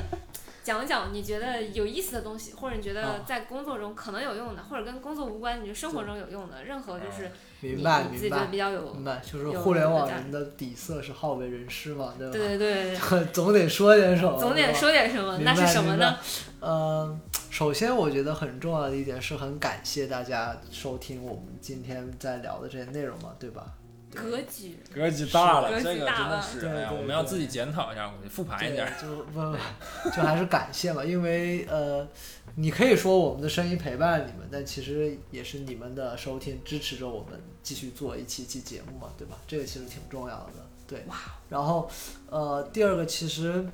[SPEAKER 1] 讲一讲你觉得有意思的东西，或者你觉得
[SPEAKER 3] 啊
[SPEAKER 1] 在工作中可能有用的，或者跟工作无关，你觉得生活中有用的，任何就是你
[SPEAKER 3] 哦明白
[SPEAKER 1] 你自
[SPEAKER 3] 明
[SPEAKER 1] 己觉得
[SPEAKER 3] 白
[SPEAKER 1] 比较有
[SPEAKER 3] 明，白，就是
[SPEAKER 1] 有
[SPEAKER 3] 互联网
[SPEAKER 1] 有
[SPEAKER 3] 人的底色是好为人师嘛，对吧？
[SPEAKER 1] 对对对，
[SPEAKER 3] 总得说点什么，
[SPEAKER 1] 总
[SPEAKER 3] 对
[SPEAKER 1] 得
[SPEAKER 3] 吧
[SPEAKER 1] 说点什么，那是什么呢？？
[SPEAKER 3] 明白明白呃，首先我觉得很重要的一点是很感谢大家收听我们今天在聊的这些内容嘛，对吧？对
[SPEAKER 1] 格局，
[SPEAKER 2] 格局大了，
[SPEAKER 1] 格局
[SPEAKER 2] 这个真
[SPEAKER 1] 大
[SPEAKER 2] 的
[SPEAKER 1] 了
[SPEAKER 2] 是，
[SPEAKER 3] 对
[SPEAKER 2] 哎呀，
[SPEAKER 3] 对
[SPEAKER 2] 我们要
[SPEAKER 3] 对
[SPEAKER 2] 自己检讨一下，我们复盘一
[SPEAKER 3] 对
[SPEAKER 2] 下。，
[SPEAKER 3] 就不 就还是感谢嘛，因为呃，你可以说我们的声音陪伴了你们，但其实也是你们的收听支持着我们继续做一期一期节目嘛，对吧？这个其实挺重要的，对。
[SPEAKER 1] 哦
[SPEAKER 3] 然后呃，第二个其实。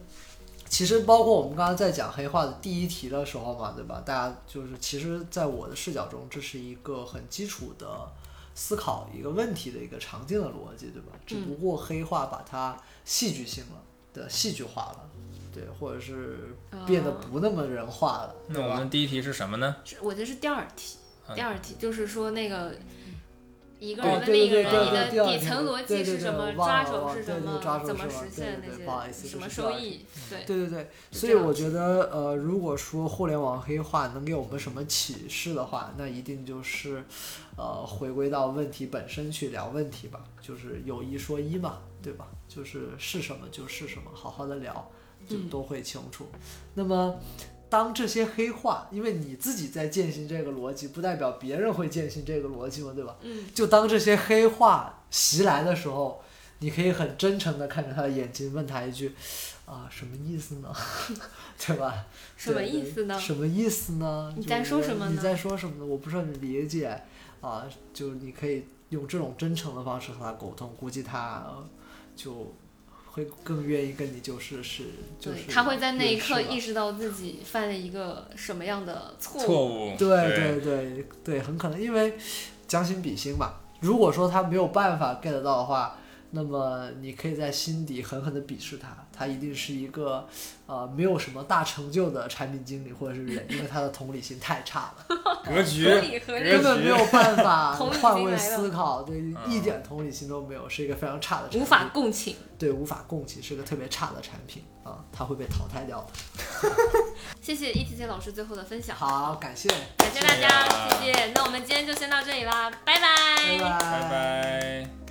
[SPEAKER 3] 其实包括我们刚刚在讲黑化的第一题的时候嘛，对吧？大家就是其实，在我的视角中，这是一个很基础的思考一个问题的一个常见的逻辑，对吧？只不过黑化把它戏剧性了，对，戏剧化了，对，或者是变得
[SPEAKER 1] 呃
[SPEAKER 3] 不那么人化了，
[SPEAKER 2] 那
[SPEAKER 3] 对
[SPEAKER 2] 我
[SPEAKER 3] 吧？
[SPEAKER 2] 们第一题是什么呢？
[SPEAKER 1] 是我觉得是第二题，
[SPEAKER 2] 嗯
[SPEAKER 1] 第二题就是说那个一个
[SPEAKER 3] 哦
[SPEAKER 1] 人跟
[SPEAKER 3] 对
[SPEAKER 1] 另一个
[SPEAKER 3] 对
[SPEAKER 1] 人，
[SPEAKER 3] 对
[SPEAKER 1] 你
[SPEAKER 3] 对
[SPEAKER 1] 的
[SPEAKER 3] 第二
[SPEAKER 1] 底
[SPEAKER 3] 题
[SPEAKER 1] 层逻
[SPEAKER 3] 对
[SPEAKER 1] 辑
[SPEAKER 3] 对
[SPEAKER 1] 是
[SPEAKER 3] 对
[SPEAKER 1] 什么，
[SPEAKER 3] 我忘
[SPEAKER 1] 抓
[SPEAKER 3] 了
[SPEAKER 1] 手
[SPEAKER 3] 忘了
[SPEAKER 1] 是
[SPEAKER 3] 对
[SPEAKER 1] 什
[SPEAKER 3] 对
[SPEAKER 1] 么
[SPEAKER 3] 抓，手
[SPEAKER 1] 怎么
[SPEAKER 3] 是吧
[SPEAKER 1] 实
[SPEAKER 3] 对
[SPEAKER 1] 现
[SPEAKER 3] 对
[SPEAKER 1] 那
[SPEAKER 3] 对不好意思
[SPEAKER 1] 些，什
[SPEAKER 3] 这
[SPEAKER 1] 么
[SPEAKER 3] 是
[SPEAKER 1] 收
[SPEAKER 3] 第二
[SPEAKER 1] 益，对，
[SPEAKER 3] 对对对，
[SPEAKER 1] 是
[SPEAKER 3] 所以
[SPEAKER 1] 这样
[SPEAKER 3] 我觉得，呃，如果说互联网黑化能给我们什么启示的话，那一定就是，呃，回归到问题本身去聊问题吧，就是有一说一嘛，对吧？就是是什么就是什么，好好的聊，就
[SPEAKER 1] 嗯
[SPEAKER 3] 都会清楚。那么。当这些黑化，因为你自己在践行这个逻辑，不代表别人会践行这个逻辑嘛，对吧？
[SPEAKER 1] 嗯，
[SPEAKER 3] 就当这些黑话袭来的时候，你可以很真诚的看着他的眼睛，问他一句：“啊，什么意思呢？” 对吧？
[SPEAKER 1] 什么
[SPEAKER 3] 对对
[SPEAKER 1] 意思呢？
[SPEAKER 3] 什么意思呢？
[SPEAKER 1] 你在说
[SPEAKER 3] 就是
[SPEAKER 1] 什么呢
[SPEAKER 3] 你在说什么呢？我不是很理解啊。就你可以用这种真诚的方式和他沟通，估计他呃就会更愿意跟你就是是就
[SPEAKER 1] 对
[SPEAKER 3] 是，
[SPEAKER 1] 他会在那一刻
[SPEAKER 3] 认识吧
[SPEAKER 1] 意识到自己犯了一个什么样的错误。
[SPEAKER 2] 错误。
[SPEAKER 3] 对对对对，很可能因为将心比心嘛。如果说他没有办法 get 到的话，那么你可以在心底狠狠地鄙视他，他一定是一个呃没有什么大成就的产品经理或者是人，因为他的同理心太差了，
[SPEAKER 2] 格局
[SPEAKER 1] 合理合理
[SPEAKER 2] 格局，
[SPEAKER 3] 根本没有办法
[SPEAKER 1] 同理心
[SPEAKER 3] 换位
[SPEAKER 1] 来
[SPEAKER 3] 思
[SPEAKER 1] 了
[SPEAKER 3] 考，对，一点同理心都没有，是一个非常差的产品，
[SPEAKER 1] 无法共情。
[SPEAKER 3] 对无法共情，是个特别差的产品啊，他会被淘汰掉的。
[SPEAKER 1] 谢谢 ETC 老师最后的分享，
[SPEAKER 3] 好，感谢，
[SPEAKER 1] 感谢大家，
[SPEAKER 2] 谢
[SPEAKER 1] 谢谢。那我们今天就先到这里啦，拜拜
[SPEAKER 3] 拜
[SPEAKER 2] 拜拜。